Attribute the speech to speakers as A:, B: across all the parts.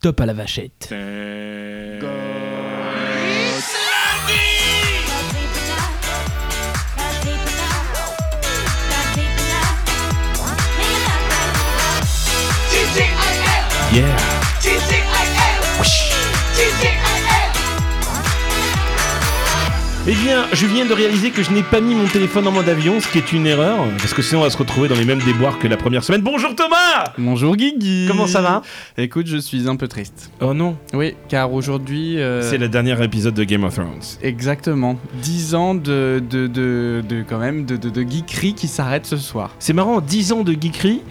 A: top à la vachette. Yeah.
B: Eh bien, je viens de réaliser que je n'ai pas mis mon téléphone en mode avion, ce qui est une erreur, parce que sinon on va se retrouver dans les mêmes déboires que la première semaine. Bonjour Thomas
C: Bonjour Guigui
B: Comment ça va
C: Écoute, je suis un peu triste.
B: Oh non,
C: Oui, car aujourd'hui... euh,
B: c'est le dernier épisode de Game of Thrones.
C: Exactement. 10 ans de, de, de, de- quand même, de, de, de geekerie qui s'arrête ce soir.
B: C'est marrant, 10 ans de geekerie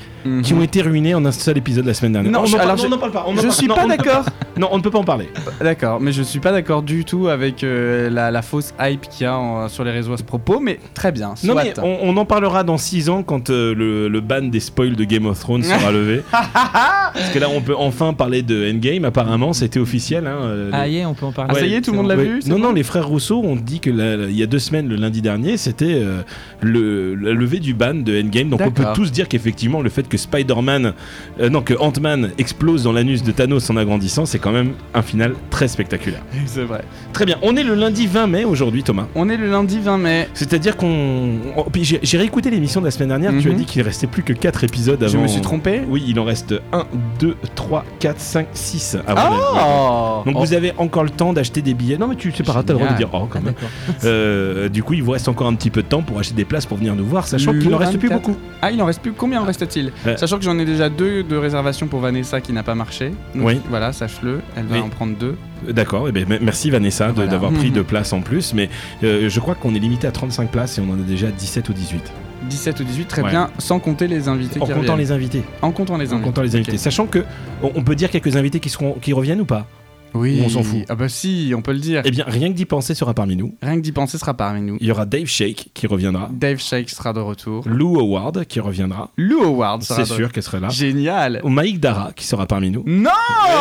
B: qui ont été ruinés en un seul épisode la semaine dernière.
C: Mhm. Non,
B: on
C: je-
B: n'en parle-
C: alors,
B: on n'en parle pas. on n'en
C: Je
B: parle-
C: suis
B: non,
C: pas
B: on ne peut
C: d'accord.
B: Non, on ne peut pas en parler.
C: D'accord, mais je suis pas d'accord du tout avec euh, la, la fausse hype qu'il y a en- sur les réseaux à ce propos, mais très bien, soit.
B: Non, mais on, on en parlera dans 6 ans quand euh, le, le ban des spoils de Game of Thrones sera levé. Parce que là, on peut enfin parler de Endgame, apparemment, c'était officiel. hein, euh,
A: Ah
B: le-
A: yeah, on peut en parler.
C: Ah, ça y est,
A: C'est
C: tout le monde
A: bon.
C: l'a
B: Ouais.
C: vu c'est
B: Non,
C: bon
B: non, les frères Rousseau ont dit que la- la- il y a deux semaines, le lundi dernier, c'était euh, le, la levée du ban de Endgame. Donc on peut
C: D'accord.
B: tous dire qu'effectivement, le fait que Spider-Man, euh, non, que Ant-Man explose dans l'anus de Thanos en agrandissant, c'est quand même un final très spectaculaire.
C: C'est vrai.
B: Très bien, on est le lundi 20 mai aujourd'hui, Thomas.
C: On est le lundi 20 mai.
B: C'est-à-dire qu'on. oh, puis J'ai j'ai réécouté l'émission de la semaine dernière, tu as
C: Mhm.
B: dit qu'il restait plus que 4 épisodes avant.
C: Je me suis trompé
B: Oui, il en reste 1, 2, 3, 4, 5, 6 avant. la-
C: Ah Oh
B: Donc
C: Oh.
B: vous avez encore le temps d'acheter des billets. Non mais tu sais pas, grave, t'as le droit de
C: Génial.
B: dire oh quand
A: Ah,
B: même.
A: d'accord.
B: Euh, du coup, il vous reste encore un petit peu de temps pour acheter des places pour venir nous voir, sachant
C: Le
B: qu'il en reste plus
C: 24.
B: beaucoup.
C: Ah, il en reste plus. Combien en reste-t-il
B: Euh.
C: Sachant que j'en ai déjà deux de réservation pour Vanessa qui n'a pas marché. Donc,
B: Oui.
C: Voilà, sache-le. Elle va
B: Oui.
C: en prendre deux.
B: Euh, D'accord, eh ben, me- merci Vanessa de-
C: Voilà.
B: d'avoir pris
C: Mhm.
B: deux places en plus, mais euh, je crois qu'on est limité à 35 places et on en a déjà 17 ou 18.
C: 17 ou 18, très
B: Ouais.
C: bien. Sans compter les invités
B: En
C: qui
B: comptant
C: reviennent.
B: les invités.
C: En comptant les
B: En
C: invités.
B: comptant les invités. Sachant que on on peut dire quelques invités qui, seront, qui reviennent ou pas
C: Oui.
B: On s'en fout.
C: Ah bah si, on peut le dire.
B: Eh bien, rien que d'y penser sera parmi nous.
C: Rien que d'y penser sera parmi nous.
B: Il y aura Dave Shake qui reviendra,
C: Dave Shake sera de retour.
B: Lou Howard qui reviendra,
C: Lou Howard sera
B: c'est
C: de
B: sûr qu'elle serait là,
C: Génial.
B: ou Mike Dara qui sera parmi nous.
C: Non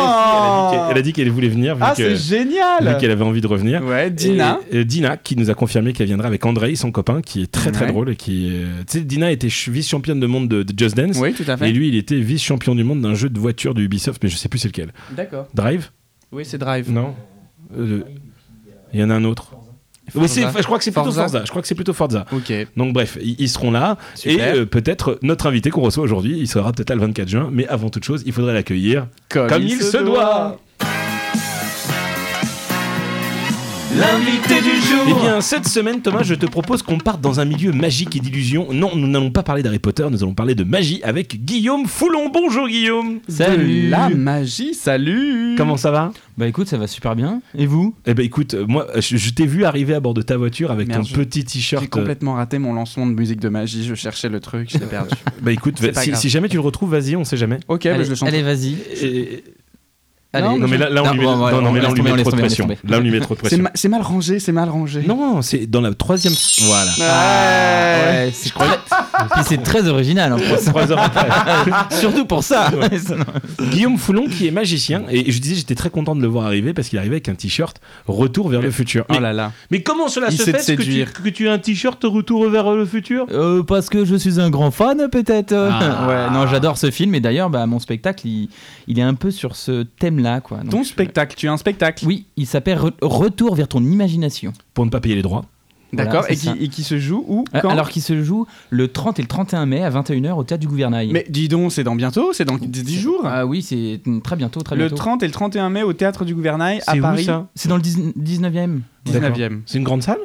B: Elle a dit qu'elle- elle a dit qu'elle voulait venir vu
C: Oh Ah,
B: que-
C: c'est génial
B: vu qu'elle avait envie de revenir.
C: Ouais, Dina.
B: Et, euh, Dina qui nous a confirmé qu'elle viendra avec Andrei, son copain, qui est très très
C: Ouais.
B: drôle. et Qui, euh, tu sais, Dina était ch- vice-championne de monde de, de Just Dance.
C: Oui, tout à
B: Et
C: fait.
B: lui, il était vice-champion du monde d'un jeu de voiture de Ubisoft, mais je sais plus c'est lequel.
C: D'accord.
B: Drive
C: Oui, c'est Drive.
B: Non Euh, Il y en a un autre. Oui, c'est- je crois que c'est plutôt
C: Forza.
B: Forza. Je crois que c'est plutôt Forza.
C: Ok.
B: Donc bref, ils ils seront là.
C: Super.
B: Et euh, peut-être notre invité qu'on reçoit aujourd'hui, il sera peut-être là le 24 juin. Mais avant toute chose, il faudrait l'accueillir
C: Comme,
B: comme il se doit.
C: L'invité du jour.
B: Eh bien, cette semaine, Thomas, je te propose qu'on parte dans un milieu magique et d'illusions. Non, nous n'allons pas parler d'Harry Potter, nous allons parler de magie avec Guillaume Foulon. Bonjour Guillaume
A: Salut.
C: De la magie, salut
B: Comment ça va
A: Bah écoute, ça va super bien. Et vous
B: Eh ben écoute, euh, moi, je, je t'ai vu arriver à bord de ta voiture avec
C: Merde,
B: ton
C: je-
B: petit
C: J'ai
B: t-shirt.
C: complètement raté mon lancement de musique de magie, je cherchais le truc, je l'ai perdu.
B: Bah écoute,
C: C'est pas
B: si,
C: grave.
B: si jamais tu le retrouves, vas-y, on sait jamais.
C: ok, bah,
A: allez,
C: je le chante.
A: allez, vas-y.
B: Et-
A: Allez.
B: non, mais là, là, on lui met,
A: bon, ouais,
B: non, non,
A: on
B: mais
A: laisse
B: là, on lui
A: tomber,
B: met
A: on laisse
B: trop de
A: tomber, on laisse
B: pression.
A: tomber.
B: Là, on lui met trop de
C: C'est
B: pression.
C: ma- c'est mal rangé, c'est mal rangé.
B: Non, c'est dans la troisième. Voilà.
C: Ah,
A: ouais, c'est Puis c'est très original en plus.
B: Trois heures après.
A: Surtout pour ça.
B: Guillaume Foulon qui est magicien et je disais j'étais très content de le voir arriver parce qu'il arrivait avec un t-shirt retour vers le futur. Mais
C: Oh là là.
B: Mais comment cela
C: Il
B: se
C: sait
B: fait
C: te
B: que tu,
C: séduire.
B: que tu aies un t-shirt retour vers le futur
A: Euh, parce que je suis un grand fan, peut-être.
B: Ah.
A: Ouais, non, j'adore ce film. Et d'ailleurs, bah, mon spectacle, il, il est un peu sur ce thème-là, quoi. Donc,
C: Ton
A: je-
C: spectacle, tu as un spectacle.
A: Oui, il s'appelle Re- Retour vers ton imagination.
B: Pour ne pas payer les droits.
C: D'accord,
A: Voilà, c'est
C: et, qui-
A: ça.
C: et qui se joue où
A: Euh,
C: quand
A: Alors qu'il se joue le 30 et le 31 mai à 21h au théâtre du Gouvernail.
C: Mais dis donc, c'est dans bientôt, c'est dans 10 jours.
A: Ah oui, c'est mm, très bientôt, très
C: le
A: bientôt.
C: 30 et le 31 mai au théâtre du Gouvernail à
B: C'est où,
C: Paris,
B: ça
A: C'est dans le 19 19e.
B: D'accord.
C: 19e.
B: C'est une grande salle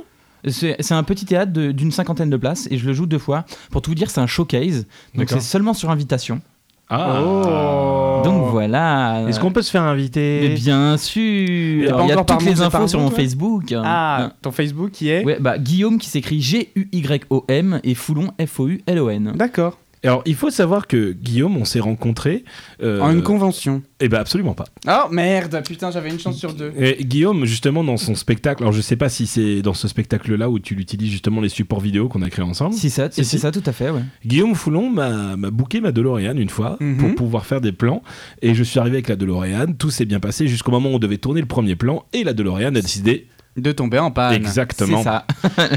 A: C'est c'est un petit théâtre de- d'une cinquantaine de places et je le joue deux fois. Pour tout vous dire, c'est un showcase. Donc
B: D'accord.
A: c'est seulement sur invitation.
B: Ah.
C: Oh.
A: Donc voilà.
B: Est-ce qu'on peut se faire
A: Mais
B: inviter
A: bien
C: Mais
A: sûr.
C: pas
A: Il y a
C: encore par
A: toutes les
C: Monza, par
A: infos sur
C: vous,
A: mon
C: toi
A: Facebook. Hein.
C: Ah, ton Facebook qui est
A: Ouais, bah Guillaume qui s'écrit G-U-Y-O-M et Foulon F-O-U-L-O-N.
C: D'accord.
B: Alors il faut savoir que Guillaume on s'est rencontrés. euh,
C: En une convention.
B: Eh ben absolument pas.
C: Oh merde, putain, j'avais une chance sur deux.
B: Et Guillaume justement dans son spectacle. Alors je sais pas si c'est dans ce spectacle là où tu l'utilises justement les supports vidéo qu'on a créés ensemble.
A: Si ça,
B: Si,
A: c'est
B: si.
A: ça tout à fait, ouais.
B: Guillaume Foulon m'a m'a booké ma DeLorean une fois
C: Mhm.
B: pour pouvoir faire des plans et je suis arrivé avec la DeLorean, tout s'est bien passé jusqu'au moment où on devait tourner le premier plan et la DeLorean a décidé
C: De tomber en panne.
B: exactement.
A: C'est ça.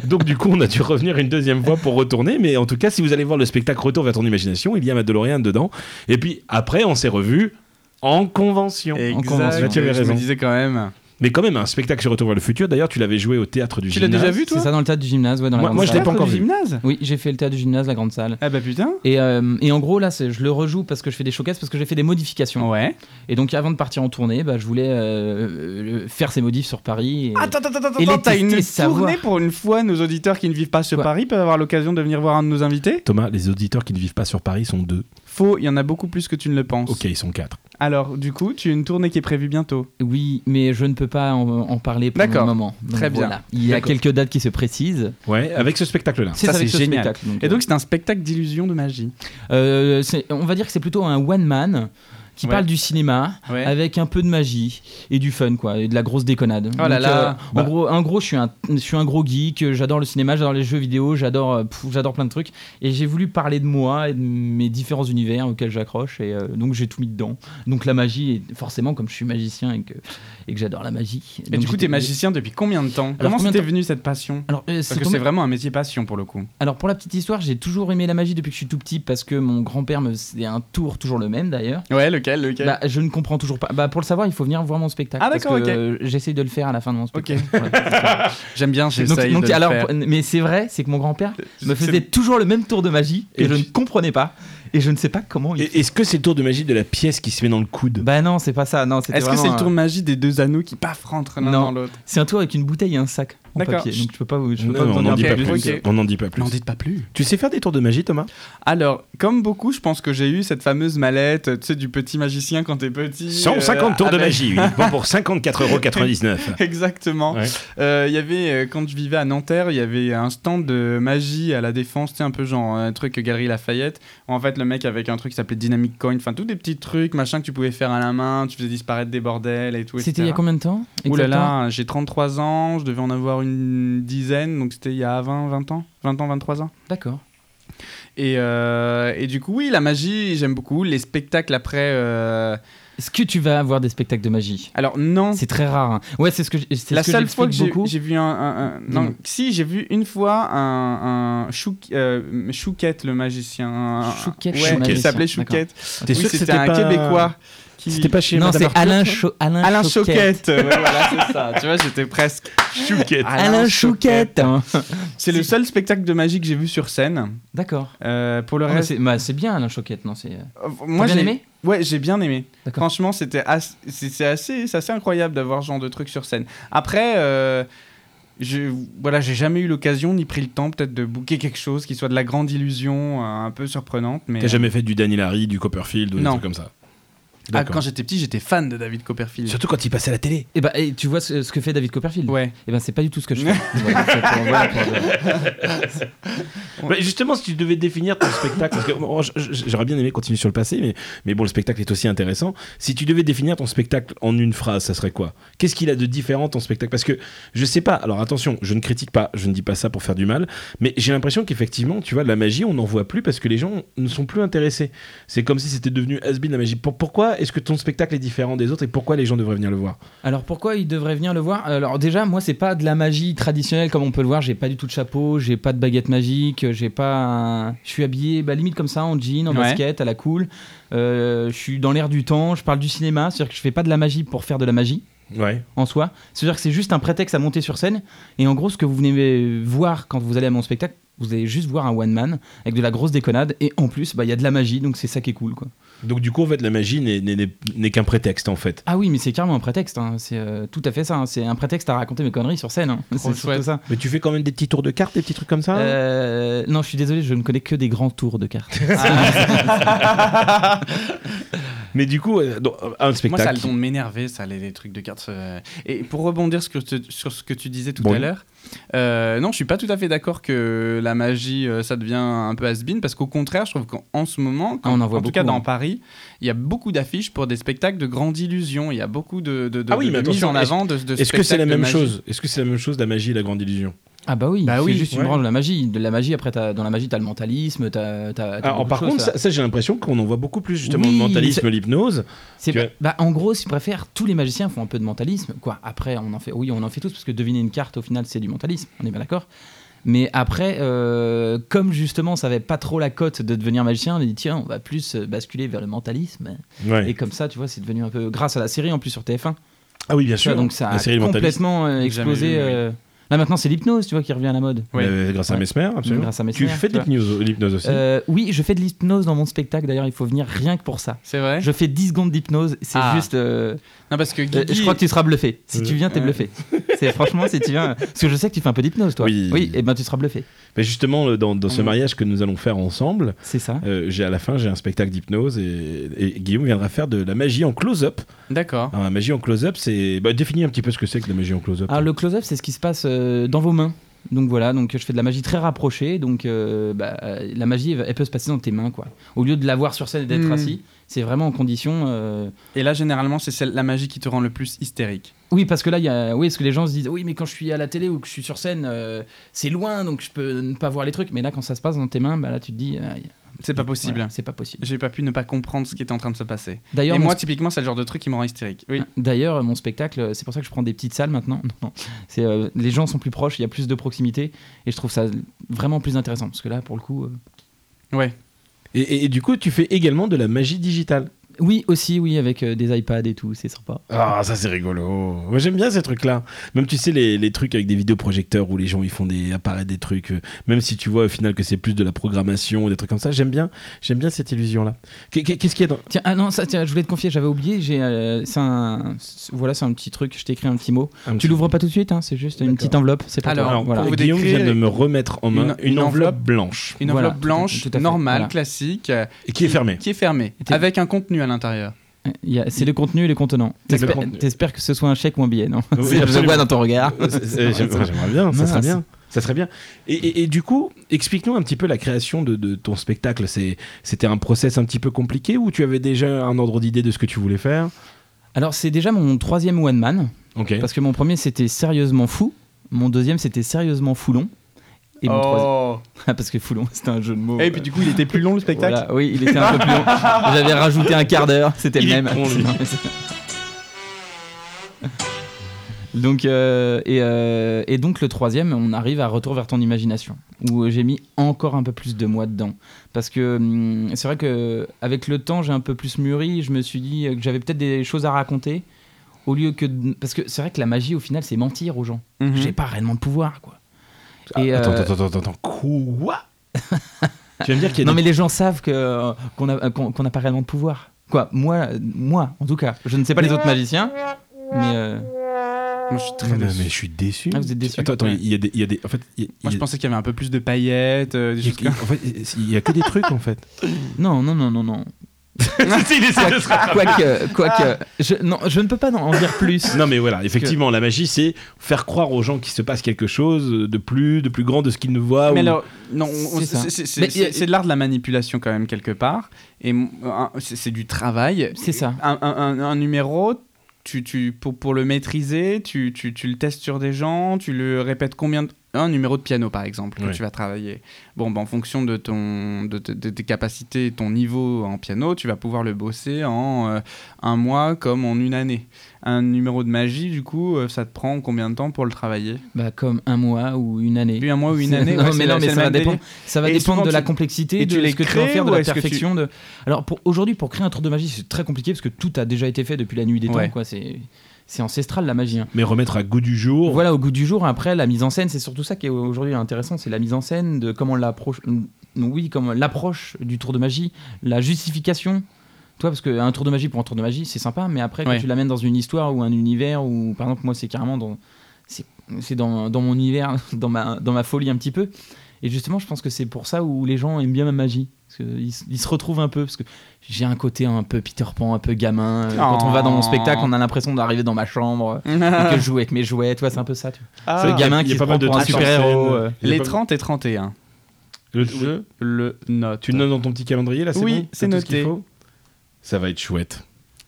B: Donc du coup on a dû revenir une deuxième fois pour retourner mais en tout cas si vous allez voir le spectacle Retour vers ton imagination, il y a ma DeLorean dedans et puis après on s'est revus en convention.
A: En convention.
B: Tu avais
C: Je me
B: raison.
C: disais quand même.
B: Mais quand même, un spectacle sur Retour vers le futur. D'ailleurs, tu l'avais joué au théâtre du
C: Tu l'as
B: gymnase.
C: déjà vu toi
A: C'est ça dans le théâtre du gymnase, ouais, dans la
B: Moi-
A: grande
B: moi, je l'ai
A: salle.
B: pas encore
C: du
B: vu.
C: gymnase
A: Oui, j'ai fait le théâtre du gymnase, la grande salle.
C: Ah bah putain.
A: Et, euh, et en gros, là, c'est- je le rejoue parce que je fais des showcases, parce que j'ai fait des modifications.
C: Ah Ouais.
A: Et donc, avant de partir en tournée, bah, je voulais euh, euh, faire ces modifs sur Paris. et-
C: Attends, attends, attends,
A: Et
C: attends,
A: les
C: t'as une
A: tester,
C: tournée
A: savoir.
C: pour une fois, nos auditeurs qui ne vivent pas sur
A: Quoi
C: Paris peuvent avoir l'occasion de venir voir un de nos invités
B: Thomas, les auditeurs qui ne vivent pas sur Paris sont deux.
C: Faux, il y en a beaucoup plus que tu ne le penses.
B: Ok, ils sont quatre.
C: Alors, du coup, tu as une tournée qui est prévue bientôt.
A: Oui, mais je ne peux pas en, en parler pour le
C: D'accord.
A: moment. Donc,
C: Très bien.
A: voilà. Il y a
C: D'accord.
A: quelques dates qui se précisent.
B: Ouais, avec ce spectacle-là.
A: C'est
C: Ça,
A: avec
C: c'est
A: ce
C: génial.
A: spectacle. donc,
C: Et donc, c'est un spectacle d'illusion de magie.
A: euh, c'est- on va dire que c'est plutôt un one man qui
C: Ouais.
A: parle du cinéma.
C: Ouais.
A: avec un peu de magie et du fun quoi et de la grosse déconnade.
C: Oh
A: Donc,
C: là
A: euh,
C: là.
A: en
B: Bah.
A: gros, en gros, je suis un, je suis un gros geek. euh, J'adore le cinéma, j'adore les jeux vidéo, j'adore, euh, pff, j'adore plein de trucs. Et j'ai voulu parler de moi et de mes différents univers auxquels j'accroche. Et euh, donc j'ai tout mis dedans. Donc la magie, est, forcément, comme je suis magicien et que et que j'adore la magie.
C: Et
A: donc
C: du coup,
A: j'étais-
C: t'es magicien depuis combien de temps Comment
A: combien de
C: c'était
A: temps
C: venu cette passion
A: Alors, euh, c'est
C: Parce que
A: tombé-
C: c'est vraiment un métier passion pour le coup.
A: Alors pour la petite histoire, j'ai toujours aimé la magie depuis que je suis tout petit parce que mon grand-père me faisait un tour toujours le même d'ailleurs.
C: Ouais, lequel, lequel
A: Bah, je ne comprends toujours pas. Bah, pour le savoir, il faut venir voir mon spectacle.
C: Ah,
A: parce
C: d'accord,
A: que,
C: ok.
A: euh, J'essaye de le faire à la fin de mon spectacle. Voilà.
C: J'aime bien, j'essaye
A: Donc,
C: de
A: donc,
C: le
A: alors,
C: faire.
A: pour- mais c'est vrai, c'est que mon grand-père me
B: C'est-
A: faisait toujours le même tour de magie et,
B: Et
A: je
B: tu-
A: ne comprenais pas et je ne sais pas comment. Il...
B: Et- Est-ce que c'est le tour de magie de la pièce qui se met dans le coude
A: Bah non, c'est pas ça. Non, c'était
C: Est-ce que
A: vraiment
C: c'est le
A: un-
C: tour de magie des deux anneaux qui paf rentrent l'un
A: Non.
C: dans l'autre
A: C'est un tour avec une bouteille et un sac en
C: D'accord.
A: papier. Donc je peux pas vous. Je peux
B: Non,
A: pas vous en
B: on n'en
A: dire
B: dit,
A: plus.
B: pas
C: Ok,
B: plus.
C: ok.
B: On n'en dit pas plus.
C: N'en dites pas plus.
B: Tu sais faire des tours de magie, Thomas
C: Alors, comme beaucoup, je pense que j'ai eu cette fameuse mallette, euh, tu sais, du petit magicien quand t'es petit.
B: 150
C: euh,
B: tours de
C: avec-
B: magie, uniquement pour 54,99€.
C: Exactement.
B: Ouais.
C: Euh, Il y avait, euh, quand je vivais à Nanterre, il y avait un stand de magie à la Défense, tu sais, un peu genre euh, un truc Galerie Lafayette. En fait, le mec avec un truc qui s'appelait Dynamic Coin, enfin, tous des petits trucs, machin que tu pouvais faire à la main, tu faisais disparaître des bordels et tout.
A: C'était il y
C: etc.
A: a combien de temps
C: Ouh là
A: exactement
C: là, j'ai 33 ans, je devais en avoir une dizaine, donc c'était il y a 20, 20 ans, 20 ans, 23 ans.
A: D'accord.
C: Et, euh, et du coup, oui, la magie, j'aime beaucoup. Les spectacles après. euh,
A: Est-ce que tu vas avoir des spectacles de magie
C: Alors, non.
A: C'est très rare. hein. Ouais, c'est ce que j- c'est
C: La
A: ce que
C: seule fois que
A: j'explique
C: j'ai
A: beaucoup.
C: j'ai vu un. un- un- non,
A: Dis-moi.
C: si, j'ai vu une fois un. un Chouk- euh, Chouquette le magicien. un-
A: Chouquette,
C: ouais,
A: le magicien,
C: qui s'appelait
A: d'accord.
C: Chouquette.
B: T'es
C: Oui,
B: sûr que
C: c'était un Québécois. Qui...
B: C'était pas chez
A: Non,
B: Madame
A: c'est
B: Arthur,
A: Alain,
B: ça
A: Cho- Alain,
C: Alain
A: Choquette.
C: Chouquette. ouais, voilà, c'est ça. Tu vois, j'étais presque.
B: Chouquette.
A: Alain Chouquette. hein.
C: C'est le seul spectacle de magie que j'ai vu sur scène.
A: D'accord.
C: Euh, pour le
A: Ah, mais
C: reste.
A: C'est bah, c'est bien Alain Choquette, non C'est.
C: Euh,
A: Moi
C: Moi,
A: bien
C: j'ai-
A: aimé.
C: Ouais, j'ai bien aimé.
A: D'accord.
C: Franchement, c'était as- c'est c'est assez, c'est assez incroyable d'avoir ce genre de truc sur scène. Après, euh, je, voilà, j'ai jamais eu l'occasion ni pris le temps peut-être de booker quelque chose qui soit de la grande illusion, euh, un peu surprenante. Mais
B: T'as jamais fait du Daniel Harry, du Copperfield ou des
C: Non.
B: trucs comme ça
C: Ah,
B: D'accord.
C: quand j'étais petit, j'étais fan de David Copperfield.
B: Surtout quand il passait à la télé.
A: Et bah, et tu vois ce, ce que fait David Copperfield.
C: Ouais.
A: Et ben c'est pas du tout ce que je fais. Voilà, c'est pour- voilà, pour-
B: Ouais, justement, si tu devais définir ton spectacle, parce que bon, j- j- j'aurais bien aimé continuer sur le passé, mais, mais bon, le spectacle est aussi intéressant. Si tu devais définir ton spectacle en une phrase, ça serait quoi Qu'est-ce qu'il a de différent ton spectacle Parce que je sais pas, alors attention, je ne critique pas, je ne dis pas ça pour faire du mal, mais j'ai l'impression qu'effectivement, tu vois, de la magie, on n'en voit plus parce que les gens ne sont plus intéressés. C'est comme si c'était devenu has-been la magie. Pour- pourquoi est-ce que ton spectacle est différent des autres et pourquoi les gens devraient venir le voir
A: Alors pourquoi il devrait venir le voir Alors déjà, moi c'est pas de la magie traditionnelle comme on peut le voir. J'ai pas du tout de chapeau, j'ai pas de baguette magique, j'ai pas. un- Je suis habillé, bah, limite comme ça, en jean, en
C: Ouais.
A: basket, à la cool. Euh, je suis dans l'air du temps. Je parle du cinéma, c'est-à-dire que je fais pas de la magie pour faire de la magie
B: Ouais.
A: en soi. C'est-à-dire que c'est juste un prétexte à monter sur scène. Et en gros, ce que vous venez voir quand vous allez à mon spectacle, vous allez juste voir un one man avec de la grosse déconnade. Et en plus, bah il y a de la magie, donc c'est ça qui est cool, quoi.
B: Donc, du coup, en fait, la magie n'est- n'est- n'est n'est qu'un prétexte, en fait.
A: Ah oui, mais c'est carrément un prétexte. hein. C'est euh, tout à fait ça. hein. C'est un prétexte à raconter mes conneries sur scène. hein. C'est surtout
C: chouette.
A: ça.
B: Mais tu fais quand même des petits tours de cartes, des petits trucs comme
C: Ah.
B: ça
A: Euh, non, je suis désolé, je ne connais que des grands tours de cartes.
C: Ah,
B: Mais du coup, euh, donc, euh, un
C: Moi, ça a
B: spectacle.
C: le don de m'énerver, ça, les, les trucs de cartes. euh. Et pour rebondir sur, ce que tu- sur ce que tu disais tout
B: Bon.
C: à l'heure, euh, non, je suis pas tout à fait d'accord que la magie, euh, ça devient un peu has-been, parce qu'au contraire, je trouve qu'en ce moment,
A: Ah, on en
C: en,
A: voit
C: tout cas
A: beaucoup, hein.
C: dans Paris, il y a beaucoup d'affiches pour des spectacles de grande illusion. Il y a beaucoup de, de, de,
B: Ah oui,
C: de-
B: mais
C: de mise
B: attention,
C: en avant de, de
B: Est-ce que c'est
C: spectacles
B: la
C: de
B: même
C: magie.
B: chose Est-ce que c'est la même chose la magie et la grande illusion
A: ah bah oui,
C: Bah
A: c'est
C: oui,
A: juste une
B: ouais.
A: branche de la magie. De la magie, après, t'as- dans la magie, t'as le mentalisme, t'as. Ah, t'as- t'as
B: Alors,
A: beaucoup
B: Par
A: de choses,
B: contre,
A: ça.
B: ça, ça, j'ai l'impression qu'on en voit beaucoup plus justement
A: Oui,
B: le
A: mais
B: mentalisme, l'hypnose.
A: C'est-
B: tu as-
A: bah, en gros, si tu préfères, tous les magiciens font un peu de mentalisme. Quoi Après, on en fait, oui, on en fait tous parce que deviner une carte, au final, c'est du mentalisme. On est bien d'accord. Mais après, euh, comme justement, ça avait pas trop la cote de devenir magicien, on a dit tiens, on va plus euh, basculer vers le mentalisme.
B: Ouais.
A: Et comme ça, tu vois, c'est devenu un peu grâce à la série en plus sur TF1.
B: Ah oui, bien
A: Tu vois,
B: sûr.
A: donc ça
B: La
A: a
B: série Le Mentaliste.
A: complètement euh,
C: Jamais
A: explosé.
C: vu, oui.
A: euh, Là maintenant, c'est l'hypnose, tu vois, qui revient à la mode.
C: Ouais.
B: Euh, grâce à
A: Ouais.
B: Mesmer, absolument.
A: Grâce à Mesmer,
B: tu fais de
A: tu vois.
B: l'hypnose l'hypnose aussi.
A: Euh, oui, je fais de l'hypnose dans mon spectacle. D'ailleurs, il faut venir rien que pour ça.
C: C'est vrai
A: Je fais 10 secondes d'hypnose, c'est
C: Ah.
A: juste. euh,
C: Non, parce que
A: euh,
C: Guigui.
A: je crois que tu seras bluffé. Si tu viens, t'es
C: Ouais.
A: bluffé. C'est franchement, si tu viens, parce que je sais que tu fais un peu d'hypnose, toi.
B: Oui.
A: et ben tu seras bluffé.
B: Mais justement, euh, dans, dans ce
A: Mhm.
C: Mm.
B: mariage que nous allons faire ensemble,
A: C'est ça.
B: euh, j'ai à la fin, j'ai un spectacle d'hypnose et, et Guillaume viendra faire de la magie en close-up.
C: D'accord.
B: Alors, la magie en close-up, c'est. Bah, définis un petit peu ce que c'est que la magie en close-up.
A: Alors Ah, le close-up, c'est ce qui se passe euh, dans vos mains. Donc voilà, donc euh, je fais de la magie très rapprochée. Donc euh, bah, euh, la magie, elle, elle peut se passer dans tes mains, quoi. Au lieu de l'avoir sur scène et d'être
C: Hmm.
A: assis, c'est vraiment en condition. euh,
C: Et là, généralement, c'est celle, la magie qui te rend le plus hystérique.
A: Oui, parce que là, il y a... oui, parce que les gens se disent, oui, mais quand je suis à la télé ou que je suis sur scène, euh, c'est loin, donc je peux ne pas voir les trucs. Mais là, quand ça se passe dans tes mains, bah, là, tu te dis, ah,
C: C'est pas possible.
A: voilà, c'est pas possible.
C: J'ai pas pu ne pas comprendre ce qui était en train de se passer. Et,
A: D'ailleurs, mon
C: moi, typiquement, c'est le genre de truc qui me rend hystérique. Oui.
A: Ah, D'ailleurs, mon spectacle, euh, c'est pour ça que je prends des petites salles maintenant. Non, non. C'est, euh, les gens sont plus proches, il y a plus de proximité, et je trouve ça vraiment plus intéressant. Parce que là, pour le coup. euh,
C: Ouais.
B: Et, et- et du coup, tu fais également de la magie digitale.
A: Oui, aussi, oui, avec euh, des iPads et tout, c'est sympa.
B: Ah, ça c'est rigolo. Moi j'aime bien ces trucs-là. Même tu sais les, les trucs avec des vidéoprojecteurs où les gens ils font des apparaître des trucs. euh, Même si tu vois au final que c'est plus de la programmation ou des trucs comme ça, j'aime bien. J'aime bien cette illusion-là. Qu'est- qu'est- Qu'est-ce qu'il y a dans
A: Tiens, ah non, ça, tiens, je voulais te confier, j'avais oublié. J'ai, euh, c'est un, c'est- voilà, c'est un petit truc, je t'ai écrit un petit mot.
B: un
A: Tu
B: petit-
A: l'ouvres pas tout de suite, hein, c'est juste une
B: D'accord.
A: petite enveloppe, c'est pas
C: Alors,
B: Alors,
A: voilà.
C: pour vous
B: Guillaume
C: décrire-
B: vient de me remettre en main
C: Une-
B: une,
C: une
B: enveloppe
C: enveloppe
B: blanche
C: Une
A: Voilà,
C: enveloppe
A: tout à-
C: blanche,
A: tout à fait,
C: normale,
A: voilà.
C: classique, euh,
B: et qui est fermée.
C: qui est fermée,
A: Et t'es-
C: avec un contenu à l'intérieur.
A: Euh, Il y a- c'est le contenu et les contenants.
B: C'est le
A: T'espères,
B: contenu.
A: t'espères que ce soit un chèque ou un billet, non
B: Oui,
A: C'est- Je
B: absolument.
A: vois dans ton regard.
B: Euh, c'est- c'est- J'aimerais j'aimerais bien, ça serait
A: Mince.
B: bien. Ça serait bien. Et, et- et du coup, explique-nous un petit peu la création de, de ton spectacle. C'est- C'était un process un petit peu compliqué ou tu avais déjà un ordre d'idée de ce que tu voulais faire
A: Alors, c'est déjà mon troisième one man.
B: Ok.
A: Parce que mon premier c'était sérieusement fou, mon deuxième c'était sérieusement foulon. Et mon troisième.
C: oh.
A: Ah, parce que foulon c'était un jeu de mots.
C: Et puis du coup, il était plus long le spectacle
A: Voilà, oui, il était un peu plus long. J'avais rajouté un quart d'heure, c'était le
B: Il est
A: même.
B: con, lui.
A: Non, mais c'est- donc, euh, et, euh, et donc le troisième, on arrive à Retour vers ton imagination, où j'ai mis encore un peu plus de moi dedans. Parce que hum, c'est vrai que avec le temps, j'ai un peu plus mûri, je me suis dit que j'avais peut-être des choses à raconter, au lieu que... de- Parce que c'est vrai que la magie, au final, c'est mentir aux gens.
C: Mhm.
A: J'ai pas réellement de pouvoir, quoi.
B: Ah,
A: Et,
B: attends,
A: euh,
B: attends, attends, attends, quoi Tu vas me dire qu'il y a
A: Non
B: des-
A: mais les gens savent que euh, qu'on a qu'on qu'on n'a pas réellement de pouvoir. Quoi Moi, euh, moi, en tout cas, je ne sais pas les autres magiciens, mais euh,
C: Moi, je suis très
B: Non, non,
C: déçu.
B: Ah, mais je suis déçu.
A: Ah, vous êtes déçu
B: Attends, attends,
A: Ouais.
B: il y a des, il y a des, en fait, il y a-
C: Moi,
B: il y
C: je
B: a-
C: pensais qu'il y avait un peu plus de paillettes, euh, des
B: il y a-
C: choses comme-
B: en fait, il y a que des trucs en fait.
A: non, non, non, non, non.
B: Ah, Il essaie de se
A: Quoique, quoique, je, non, je ne peux pas en dire plus.
B: Non mais voilà, effectivement, la magie, c'est faire croire aux gens qu'il se passe quelque chose de plus, de plus grand de ce qu'ils ne voient.
C: Mais
B: ou-
C: alors, non, on-
A: Ah C'est ça.
C: c'est- c'est-
A: Mais
C: c'est
A: il y a-
C: c'est- c'est de l'art de la manipulation quand même quelque part, et m- un- c'est c'est du travail.
A: C'est ça.
C: Un, un- un- un numéro, tu, tu, pour, pour le maîtriser, tu, tu, tu le testes sur des gens, tu le répètes combien de... Un numéro de piano, par exemple,
B: Ouais.
C: que tu vas travailler. Bon, ben, en fonction de, ton, de, de- de tes capacités, ton niveau en piano, tu vas pouvoir le bosser en euh, un mois comme en une année. Un numéro de magie, du coup, euh, ça te prend combien de temps pour le travailler
A: Bah comme un mois ou une année.
C: Puis un mois ou une
A: C'est-
C: année
A: non,
C: ouais,
A: mais
C: c'est-
A: non, mais
C: c'est le
A: ça va
C: même délire.
A: dépendre. Ça va
C: Et
A: dépendre
C: souvent,
A: de la
C: tu-
A: complexité,
C: et
A: de
C: tu les
A: ce que tu vas
C: crées
A: faire, de
C: ou
A: la
C: est-ce que tu-
A: perfection. De... Alors pour aujourd'hui, pour créer un tour de magie, c'est très compliqué parce que tout a déjà été fait depuis la nuit des
C: Ouais.
A: temps. Quoi, c'est c'est ancestral la magie. hein.
B: Mais remettre à goût du jour.
A: Voilà, au goût du jour. Après, la mise en scène, c'est surtout ça qui est aujourd'hui intéressant, c'est la mise en scène, de comment l'approche, mm, oui, comment l'approche du tour de magie, la justification. Toi, parce qu'un tour de magie pour un tour de magie, c'est sympa, mais après, quand
C: Ouais.
A: tu l'amènes dans une histoire ou un univers, ou par exemple, moi, c'est carrément dans, c'est, c'est dans, dans mon univers, dans ma, dans ma folie un petit peu. Et justement, je pense que c'est pour ça où les gens aiment bien ma magie. Parce que ils, se- ils se retrouvent un peu, parce que j'ai un côté un peu Peter Pan, un peu gamin. Euh, Quand on va dans mon
C: Oh.
A: spectacle, on a l'impression d'arriver dans ma chambre et que euh, je joue avec mes jouets, toi c'est un peu ça. Tu vois.
C: Ah.
A: le gamin
B: Il y a- il y
A: qui
B: a
A: se
B: pas
A: prend
B: mal de
A: pour un
B: trucs sur
A: super-héros,
B: scène.
A: euh.
B: Il y a
C: Les
B: pas-
C: 30 et 31.
B: Le-
C: Je le note.
B: Tu le notes dans ton petit calendrier là, c'est
C: Oui,
B: bon T'as
C: c'est
B: tout ce qu'il
C: noté.
B: faut Ça va être chouette.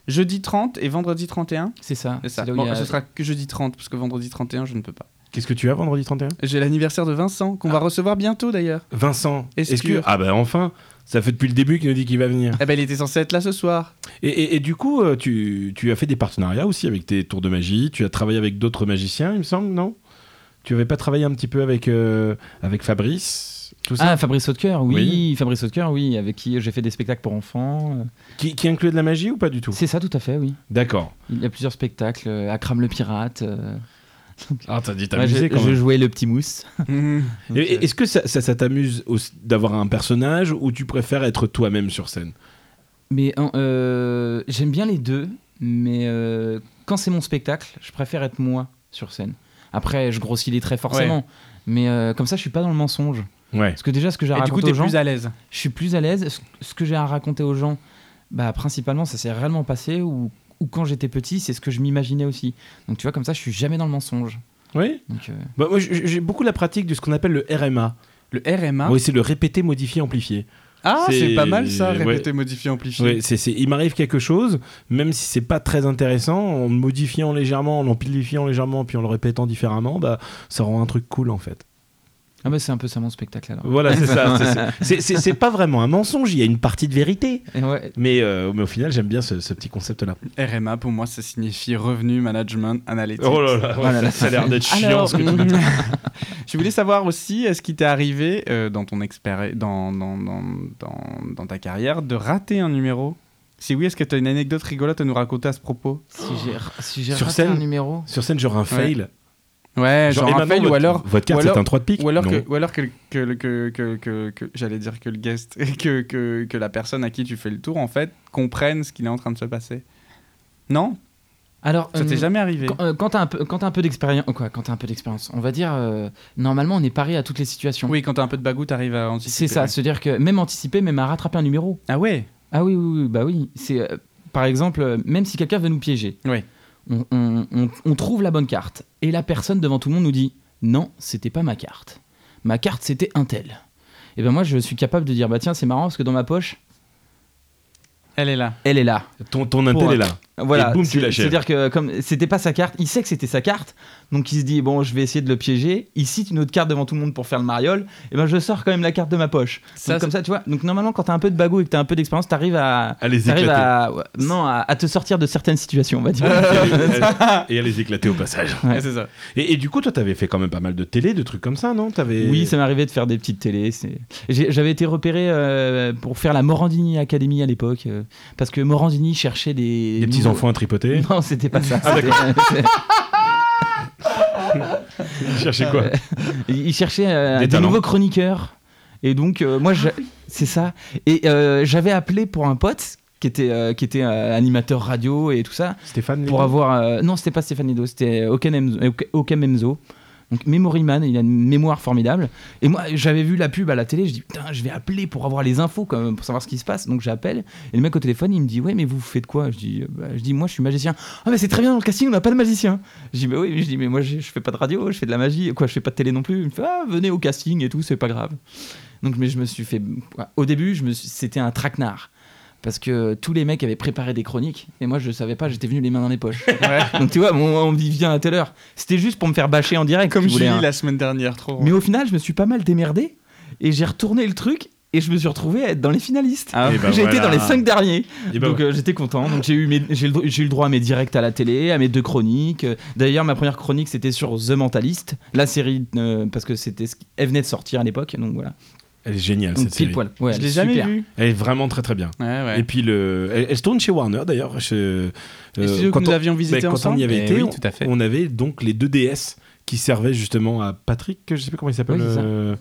C: Jeudi 30 et vendredi 31
A: C'est ça.
C: C'est ça.
A: là où
C: Bon,
A: il y a-
C: ce sera que jeudi 30 parce que vendredi 31, je ne peux pas. Ah.
B: Qu'est-ce que tu as vendredi 31
C: J'ai l'anniversaire de Vincent qu'on va recevoir bientôt d'ailleurs.
B: Vincent,
C: Est-ce
B: est-ce
C: que-
B: que... Ah bah enfin ça fait depuis le début qu'il nous dit qu'il va venir.
C: Eh ben, il était censé être là ce soir.
B: Et, et- et du coup, euh, tu, tu as fait des partenariats aussi avec tes tours de magie, tu as travaillé avec d'autres magiciens, il me semble, non Tu avais pas travaillé un petit peu avec, euh, avec Fabrice tout ça
A: Ah, Fabrice Hotker, oui,
B: Oui.
A: Fabrice Hotker, oui, avec qui j'ai fait des spectacles pour enfants. euh.
C: Ah.
B: qui, qui incluait de la magie ou pas du tout
A: C'est ça, tout à fait, oui.
B: D'accord.
A: Il y a plusieurs spectacles, euh, à Crame le pirate. euh.
B: Ah, t'as dit
A: Ouais,
B: t'amuser
A: je,
B: quand
A: je
B: même.
A: jouais le petit mousse.
C: Mhm.
B: Et- et- Est-ce que ça, ça- ça t'amuse aussi d'avoir un personnage ou tu préfères être toi-même sur scène
A: Mais hein, euh, j'aime bien les deux, mais euh, quand c'est mon spectacle, je préfère être moi sur scène. Après, je grossis les traits forcément, mais euh, comme ça, je suis pas dans le mensonge.
B: Ouais.
A: Parce que déjà, ce que j'ai à
C: Et du coup,
A: raconter
C: t'es
A: aux gens,
C: plus à l'aise.
A: je suis plus à l'aise. Ce- Ce que j'ai à raconter aux gens, bah principalement, ça s'est réellement passé ou, ou quand j'étais petit, c'est ce que je m'imaginais aussi. Donc tu vois, comme ça, je suis jamais dans le mensonge.
B: Oui
A: Donc, euh,
B: Bah, Moi, j- j'ai beaucoup la pratique de ce qu'on appelle le RMA.
C: Le RMA.
B: Oui, c'est le répéter, modifier, amplifier.
C: Ah,
B: C'est-
C: c'est pas mal ça,
B: ouais.
C: répéter, modifier, amplifier.
B: Ouais, c'est, c'est- il m'arrive quelque chose, même si c'est pas très intéressant, en le modifiant légèrement, en l'amplifiant légèrement, puis en le répétant différemment, bah, ça rend un truc cool en fait.
A: Ah bah c'est un peu ça mon spectacle alors.
B: Voilà, c'est ça. c'est, c'est- c'est- c'est pas vraiment un mensonge, il y a une partie de vérité.
A: Et ouais,
B: Mais, euh, mais au final, j'aime bien ce, ce petit concept-là.
C: RMA, pour moi, ça signifie Revenu Management Analytics.
B: Oh
A: Voilà, là,
B: ça a l'air d'être
A: Alors,
B: mm.
A: euh,
C: Je voulais savoir aussi, est-ce qu'il t'est arrivé euh, dans ton expéri- dans, dans, dans, dans, dans ta carrière de rater un numéro Si oui, est-ce que tu as une anecdote rigolote à nous raconter à ce propos
A: si j'ai si j'ai
B: Sur
A: raté un
B: scène
A: numéro.
B: Sur scène, genre un fail.
C: Ouais, genre,
B: eh,
C: un
B: maintenant,
C: fail,
B: votre,
C: ou alors,
B: Votre
C: ou
B: carte,
C: alors-
B: c'est un 3 de pique
C: ou alors,
B: Non.
C: que, ou alors que, que, le- que, que, que, que- j'allais dire que le guest, que, que, que la personne à qui tu fais le tour, en fait, comprenne ce qu'il est en train de se passer. Non
A: Alors
C: Ça t'est
A: euh,
C: jamais arrivé
A: Quand, euh, quand t'as un peu, quand t'as un peu d'expérience, quoi, quand t'as un peu d'expérience, on va dire, euh, normalement, on est paré à toutes les situations.
C: Oui, quand t'as un peu de bagou, t'arrives à anticiper.
A: c'est ça,
C: ouais.
A: se dire que même anticiper, même à rattraper un numéro.
C: Ah ouais
A: Ah oui, oui, oui, bah oui. C'est, euh, par exemple, euh, même si quelqu'un veut nous piéger,
C: Oui.
A: on, on- on- on trouve la bonne carte et la personne devant tout le monde nous dit non, c'était pas ma carte. Ma carte, c'était un tel. Et ben moi, je suis capable de dire bah tiens, c'est marrant parce que dans ma poche,
C: Elle est là.
A: elle est là.
B: Ton, ton intel
A: Pour un-
B: est là.
A: Voilà,
B: Et boum, tu
A: c'est-
B: l'achèves.
A: c'est-à-dire que comme c'était pas sa carte, il sait que c'était sa carte, donc il se dit bon, je vais essayer de le piéger. Il cite une autre carte devant tout le monde pour faire le mariole. Et ben je sors quand même la carte de ma poche.
C: Ça,
A: donc, comme ça, tu vois. Donc normalement, quand t'as un peu de bagou et que t'as un peu d'expérience, t'arrives à,
B: Allez les
A: t'arrives
B: éclater.
A: à, ouais, non, à, à te sortir de certaines situations, on va dire.
B: Et à les éclater au passage.
A: Ouais.
C: Ouais, c'est ça.
B: Et, et du coup, toi, t'avais fait quand même pas mal de télé, de trucs comme ça, non T'avais-
A: Oui, ça m'est arrivé de faire des petites télés. c'est- J'ai- J'avais été repéré euh, pour faire la Morandini Academy à l'époque, euh, parce que Morandini cherchait des,
B: Des petits
A: nouveaux-
B: enfants Ah, à tripoter.
A: Non, c'était pas ça. c'était-
B: Cherchez quoi
A: Il il cherchait euh,
B: Des
A: des,
B: talents.
A: nouveaux chroniqueurs. Et donc, euh, moi, je- c'est ça. Et euh, j'avais appelé pour un pote qui était, euh, qui était euh, animateur radio et tout ça,
B: Stéphane
A: pour
B: Lévy
A: avoir. euh, non, c'était pas Stéphane Edo, c'était Oken Emzo- euh, Okem Emzo. Donc, Memory Man, il a une mémoire formidable. Et moi, j'avais vu la pub à la télé, je dis putain, je vais appeler pour avoir les infos, quand même, pour savoir ce qui se passe. Donc, j'appelle. Et le mec au téléphone, il me dit Ouais, mais vous faites quoi je dis, Bah, je dis Moi, je suis magicien. Ah, mais c'est très bien, dans le casting, on n'a pas de magicien. Je dis, bah oui, mais je dis, mais moi je, je fais pas de radio, je fais de la magie, quoi, je fais pas de télé non plus. Il me fait, ah, venez au casting et tout, c'est pas grave. Donc, mais je me suis fait. Au début, je me suis- c'était un traquenard. Parce que tous les mecs avaient préparé des chroniques, et moi je savais pas, j'étais venu les mains dans les poches. Donc tu vois, on, on me dit, viens à telle heure. C'était juste pour me faire bâcher en direct.
C: Comme
A: tu voulais,
C: Julie
A: hein.
C: la semaine dernière, trop.
A: Mais au final, je me suis pas mal démerdé, et j'ai retourné le truc, et je me suis retrouvé à être dans les finalistes.
C: Ah,
B: Et bah
A: j'ai été
B: voilà.
A: dans les cinq derniers.
B: Et bah
A: Donc euh, j'étais content. Donc j'ai eu mes- j'ai le, j'ai eu le droit à mes directs à la télé, à mes deux chroniques. Euh, D'ailleurs ma première chronique c'était sur The Mentalist, la série euh, parce que c'était ce qui- elle venait de sortir à l'époque. Donc voilà.
C: euh,
B: Elle est géniale
A: Donc,
B: cette série.
A: pile poil. Ouais,
C: je
A: elle
C: l'ai
A: est
C: jamais
A: super.
C: vu.
B: Elle est vraiment très très bien.
C: Ouais, ouais.
B: Et puis le, elle, elle se tourne chez Warner d'ailleurs. chez- euh,
C: Les studios que
B: quand
C: nous
B: on-
C: avions
B: bah,
C: visité
B: quand
C: ensemble
B: on y avait
C: Eh
B: été,
C: oui,
B: on,
C: tout à fait.
B: on avait donc les deux DS qui servaient justement à Patrick, je sais plus comment il s'appelle.
A: Oui, c'est ça.
B: euh,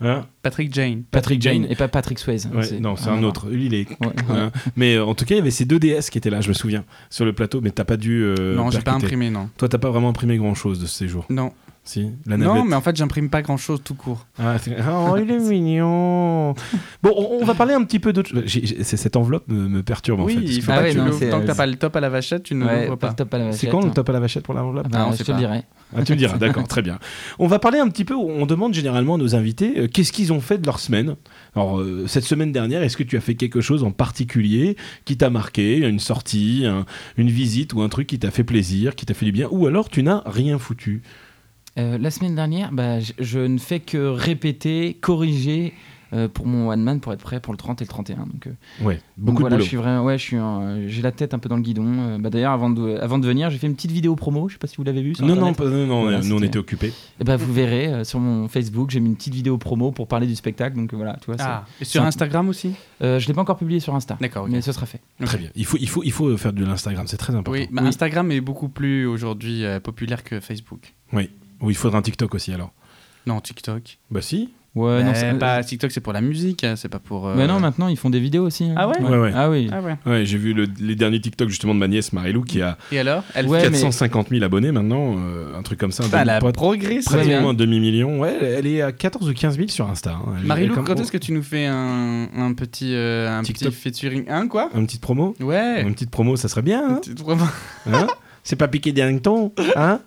B: hein,
C: Patrick Jane.
B: Patrick Jane.
A: et pas Patrick Swayze.
B: Ouais, non, c'est
A: ah,
B: un autre. Lui, il est.
A: Ouais.
B: hein. Mais euh, en tout cas, il y avait ces deux DS qui étaient là, je me souviens, sur le plateau. Mais t'as pas dû. euh,
C: non, j'ai pas
B: percuter.
C: imprimé, non.
B: Toi, t'as pas vraiment imprimé grand chose de ces jours.
C: Non,
B: Si, la navette.
C: non mais en fait, j'imprime pas grand chose tout court.
B: Ah, c'est- oh, il est mignon. Bon, on, on va parler un petit peu d'autre. j'ai- j'ai- c'est- Cette enveloppe me, me perturbe en fait.
C: oui, il faut
A: Ah
C: pas
A: ouais,
C: que tu
A: non,
C: l'ouvres.
A: c'est-
C: Tant que t'as
A: c'est-
C: pas le top à la vachette, tu ne
A: Ouais,
C: l'ouvres
A: pas
C: pas.
A: le top à la
B: C'est
A: vachette,
B: quand
A: hein.
B: le top à la vachette pour l'enveloppe
A: Ah bah,
C: Ah, on
A: je
C: sait
A: te le
C: pas.
A: dirai.
B: Ah, Tu me diras, d'accord, très bien. On va parler un petit peu. On demande généralement à nos invités euh, qu'est-ce qu'ils ont fait de leur semaine. Alors euh, cette semaine dernière, est-ce que tu as fait quelque chose en particulier qui t'a marqué, une sortie, un- une visite ou un truc qui t'a fait plaisir, qui t'a fait du bien, ou alors tu n'as rien foutu.
A: Euh, la semaine dernière, bah, je, je ne fais que répéter, corriger, euh, pour mon one man pour être prêt pour le 30 et le 31. Donc, euh,
B: Ouais,
A: donc
B: beaucoup
A: voilà,
B: de
A: je
B: boulot.
A: suis vraiment, ouais, je suis, un- j'ai la tête un peu dans le guidon. Euh, bah, d'ailleurs, avant de, avant de venir, j'ai fait une petite vidéo promo. Je sais pas si vous l'avez vue. sur
B: Non, non,
A: Internet.
B: pas- non, non,
A: Voilà,
B: nous on
A: c'était-
B: était occupés.
A: Eh ben, vous verrez euh, sur mon Facebook, j'ai mis une petite vidéo promo pour parler du spectacle. Donc euh, voilà, tu vois.
B: Ah.
A: ça-
C: Ah. Et sur Instagram aussi
A: Euh, je l'ai pas encore publié sur Insta,
C: D'accord, ok.
A: mais ce sera fait.
C: Ok.
B: Très bien. Il faut, il faut, il faut faire de l'Instagram, c'est très important.
C: Oui,
B: Oui.
C: bah,
A: Oui.
C: Instagram est beaucoup plus aujourd'hui euh, populaire que Facebook.
B: Ou il faudra un TikTok aussi alors.
C: Non, TikTok.
B: Bah si.
A: Ouais, non,
C: Bah,
A: c'est-
C: pas TikTok, c'est pour la musique, hein, c'est pas pour. euh,
A: Mais non, maintenant ils font des vidéos aussi. hein.
C: Ah ouais
B: Ouais, ouais.
A: Ah oui.
C: Ah ouais.
B: Ouais, j'ai vu le- les derniers TikTok justement de ma nièce Marilou qui a
C: Et alors Elle
A: Ouais,
B: 450 000 abonnés maintenant, euh, un truc comme ça.
C: Putain,
B: un
C: elle a
B: demi- pas-
C: progressé. hein.
B: pratiquement un demi-million. Ouais, elle est à 14 ou 15 000 sur Insta. hein. Elle-
C: Marilou,
B: elle- comme-
C: quand est-ce que tu nous fais un, un petit, euh, un petit
B: TikTok.
C: featuring 1 quoi
B: Une petite promo
C: Ouais.
B: Une petite promo, ça serait bien. hein
C: Tu te remarques-
B: Hein C'est pas piqué d'un ton, hein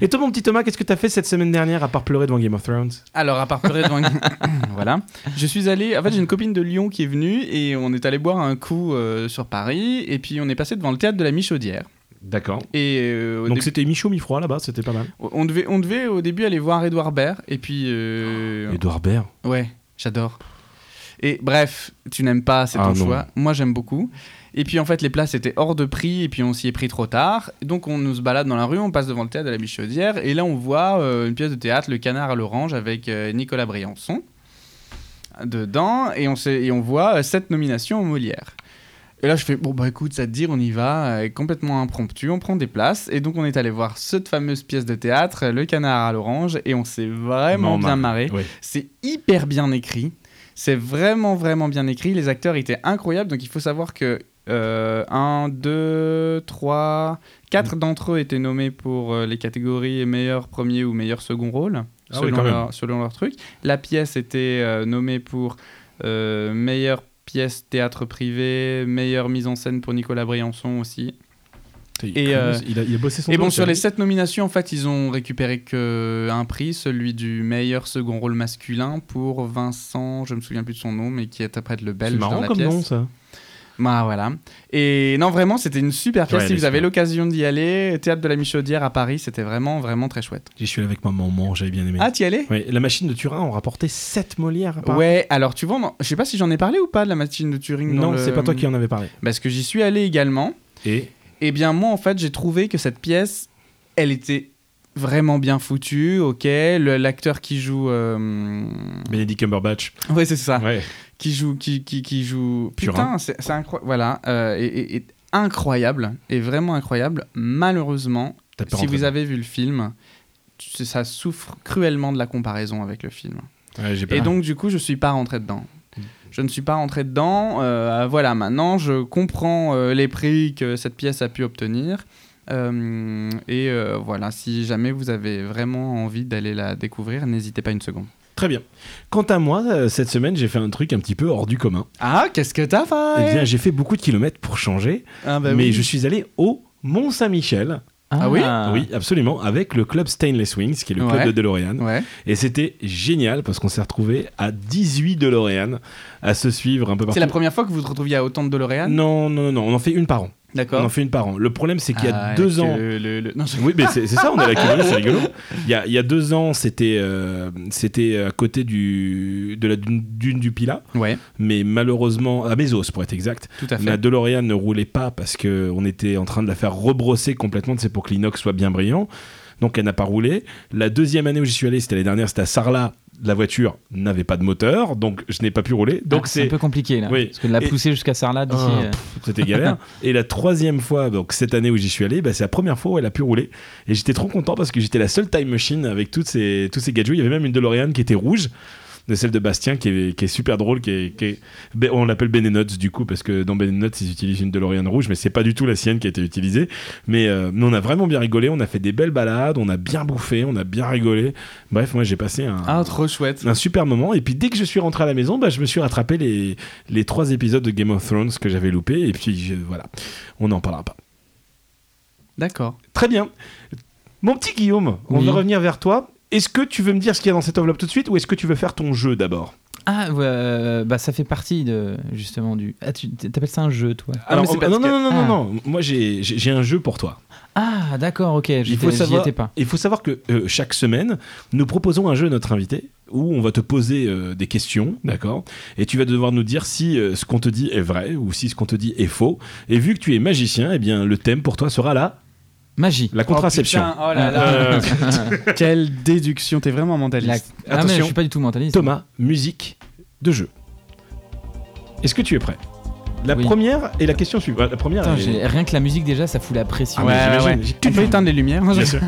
B: Et toi, mon petit Thomas, qu'est-ce que t'as fait cette semaine dernière à part pleurer devant Game of Thrones
C: Alors, à part pleurer devant. voilà. Je suis allé. En fait, j'ai une copine de Lyon qui est venue et on est allé boire un coup euh, sur Paris et puis on est passé devant le théâtre de la Michaudière.
B: D'accord.
C: Et euh, au
B: Donc
C: début-
B: c'était mi-chaud, mi-froid là-bas, c'était pas mal.
C: on devait, on devait au début aller voir Edouard Baird et puis. euh,
B: Edouard Baird.
C: Ouais, j'adore. Et bref, tu n'aimes pas, c'est
B: Ah
C: ton
B: non.
C: choix. Moi, j'aime beaucoup. Et puis, en fait, les places étaient hors de prix, et puis on s'y est pris trop tard. Donc, on nous se balade dans la rue, on passe devant le théâtre de la Bichaudière, et là, on voit euh, une pièce de théâtre, Le Canard à l'Orange, avec euh, Nicolas Briançon euh, dedans, et on, s'est- et on voit euh, sept nominations aux Molières. Et là, je fais, bon, bah écoute, ça te dit, on y va, euh, complètement impromptu, on prend des places. Et donc, on est allé voir cette fameuse pièce de théâtre, euh, Le Canard à l'Orange, et on s'est vraiment
B: Non,
C: bien
B: marre.
C: marré.
B: Ouais.
C: C'est hyper bien écrit. C'est vraiment, vraiment bien écrit. Les acteurs étaient incroyables. Donc, il faut savoir que euh, 1, 2, 3,
B: Mm.
C: 4 d'entre eux étaient nommés pour euh, les catégories meilleur premier ou meilleur second rôle,
B: Ah oui,
C: selon,
B: quand même.
C: leur, selon leur truc. La pièce était euh, nommée pour euh, meilleure pièce théâtre privé, meilleure mise en scène pour Nicolas Briançon aussi. Et, euh,
B: il, a, il a bossé son
C: Et
B: dos,
C: bon, sur
B: ça.
C: les sept nominations, en fait, ils ont récupéré qu'un prix, celui du meilleur second rôle masculin pour Vincent, je me souviens plus de son nom, mais qui est après le
B: C'est
C: belge dans
B: marrant
C: la
B: comme
C: pièce.
B: nom ça.
C: Bah voilà. Et non, vraiment, c'était une super pièce.
B: Ouais, elle
C: si
B: est
C: vous avez
B: super.
C: l'occasion d'y aller, Théâtre de la Michaudière à Paris, c'était vraiment, vraiment très chouette.
B: J'y suis allé avec ma maman, j'avais bien aimé.
C: Ah, t'y allais
B: Ouais, la machine de Turin on rapportait 7 Molières. apparemment.
C: Ouais, alors tu vois, moi, je sais pas si j'en ai parlé ou pas de la machine de Turing. dans
B: Non,
C: le-
B: c'est pas toi qui en avais parlé.
C: Parce que j'y suis allé également.
B: Et
C: Eh bien, moi, en fait, j'ai trouvé que cette pièce, elle était vraiment bien foutue, ok. Le- L'acteur qui joue. euh,
B: Benedict Cumberbatch.
C: Ouais, c'est ça.
B: Ouais.
C: Qui joue. Qui, qui, qui joue.
B: Turin.
C: Putain, c'est incroyable. Voilà. euh, et, et- et incroyable. Et vraiment incroyable. Malheureusement,
B: T'as peur
C: si
B: en train
C: vous
B: de-
C: avez vu le film, tu- ça souffre cruellement de la comparaison avec le film.
B: Ouais, j'ai peur.
C: Et donc, du coup, je suis pas rentré dedans. Je ne suis pas rentré dedans. euh, voilà, maintenant, je comprends euh, les prix que cette pièce a pu obtenir. Euh, et euh, voilà, si jamais vous avez vraiment envie d'aller la découvrir, n'hésitez pas une seconde.
B: Très bien. Quant à moi, euh, cette semaine, j'ai fait un truc un petit peu hors du commun.
C: Ah, qu'est-ce que t'as
B: Eh
C: fait
B: bien, j'ai fait beaucoup de kilomètres pour changer,
C: ah, bah
B: mais
C: oui.
B: je suis allé au Mont-Saint-Michel.
C: Ah oui
B: Oui, absolument, avec le club Stainless Wings, qui est le club
C: Ouais.
B: de DeLorean.
C: Ouais.
B: Et c'était génial parce qu'on s'est retrouvé à 18 DeLorean à se suivre un peu
C: C'est
B: partout.
C: la première fois que vous vous retrouviez à autant de DeLorean
B: Non, non, non, non, on en fait une par an. On en
C: D'accord.
B: fait une par an. Le problème, c'est qu'il y a
C: Ah,
B: deux
C: que
B: ans.
C: le- le- non, je-
B: Oui, mais c'est c'est ça, on a la colonie, c'est rigolo. Il y a, il y a deux ans, c'était euh, c'était à côté du, de la dune, dune du Pila,
C: Ouais,
B: mais malheureusement, à Bezos pour être exact,
C: tout à fait.
B: la DeLorean ne roulait pas parce que on était en train de la faire rebrosser complètement, c'est pour que l'inox soit bien brillant. Donc elle n'a pas roulé. La deuxième année où j'y suis allé, c'était la dernière, c'était à Sarlat. La voiture n'avait pas de moteur, donc je n'ai pas pu rouler. Donc
A: Ah, c'est un
B: c'est
A: peu compliqué là.
B: Oui.
A: Parce que de la
B: Et-
A: pousser jusqu'à Sarlat d'ici.
B: Ah,
A: euh,
B: c'était galère. et la troisième fois, donc cette année où j'y suis allé, bah, c'est la première fois où elle a pu rouler. Et j'étais trop content parce que j'étais la seule time machine avec toutes ces, tous ces gadgets. Il y avait même une DeLorean qui était rouge. De celle de Bastien qui est, qui est super drôle, qui est, qui est- Ben, on l'appelle Ben Nuts du coup parce que dans Ben Nuts ils utilisent une DeLorean rouge, mais c'est pas du tout la sienne qui a été utilisée. Mais euh, mais on a vraiment bien rigolé, on a fait des belles balades, on a bien bouffé, on a bien rigolé. Bref, moi j'ai passé un,
C: Ah, trop chouette.
B: un super moment. Et puis dès que je suis rentré à la maison, bah, je me suis rattrapé les, les trois épisodes de Game of Thrones que j'avais loupés. Et puis je- voilà, on n'en parlera pas.
C: D'accord.
B: Très bien. Mon petit Guillaume, on
A: Oui.
B: va revenir vers toi. Est-ce que tu veux me dire ce qu'il y a dans cette enveloppe tout de suite ou est-ce que tu veux faire ton jeu d'abord
A: Ah, euh, bah ça fait partie de justement du. Ah, tu t'appelles ça un jeu, toi
B: Alors,
C: mais c'est
B: oh,
C: parce
B: non, non,
C: que-
B: non, non,
A: Ah.
B: non, moi j'ai j'ai- j'ai un jeu pour toi.
A: Ah, d'accord, ok.
B: Il
A: j'étais-
B: faut
A: J'y
B: savoir,
A: étais pas.
B: il faut savoir que euh, chaque semaine, nous proposons un jeu à notre invité où on va te poser euh, des questions, d'accord Et tu vas devoir nous dire si euh, ce qu'on te dit est vrai ou si ce qu'on te dit est faux. Et vu que tu es magicien, eh bien le thème pour toi sera la,
A: Magie.
B: la contraception.
C: Oh, putain, oh là là.
B: Euh,
C: Quelle déduction, t'es vraiment
A: La-
C: mentaliste.
A: Ah, mais je
B: Attention.
A: suis pas du tout mentaliste.
B: Thomas, musique de jeu. Est-ce que tu es prêt La
A: Oui.
B: première et la question suivante. La première
A: Putain,
B: est-
A: j'ai- rien que la musique déjà, ça fout la pression.
B: Ah, mais
C: ouais,
B: j'imagine.
C: ouais.
B: J'ai-
C: Tu peux éteindre les lumières
B: Bien sûr.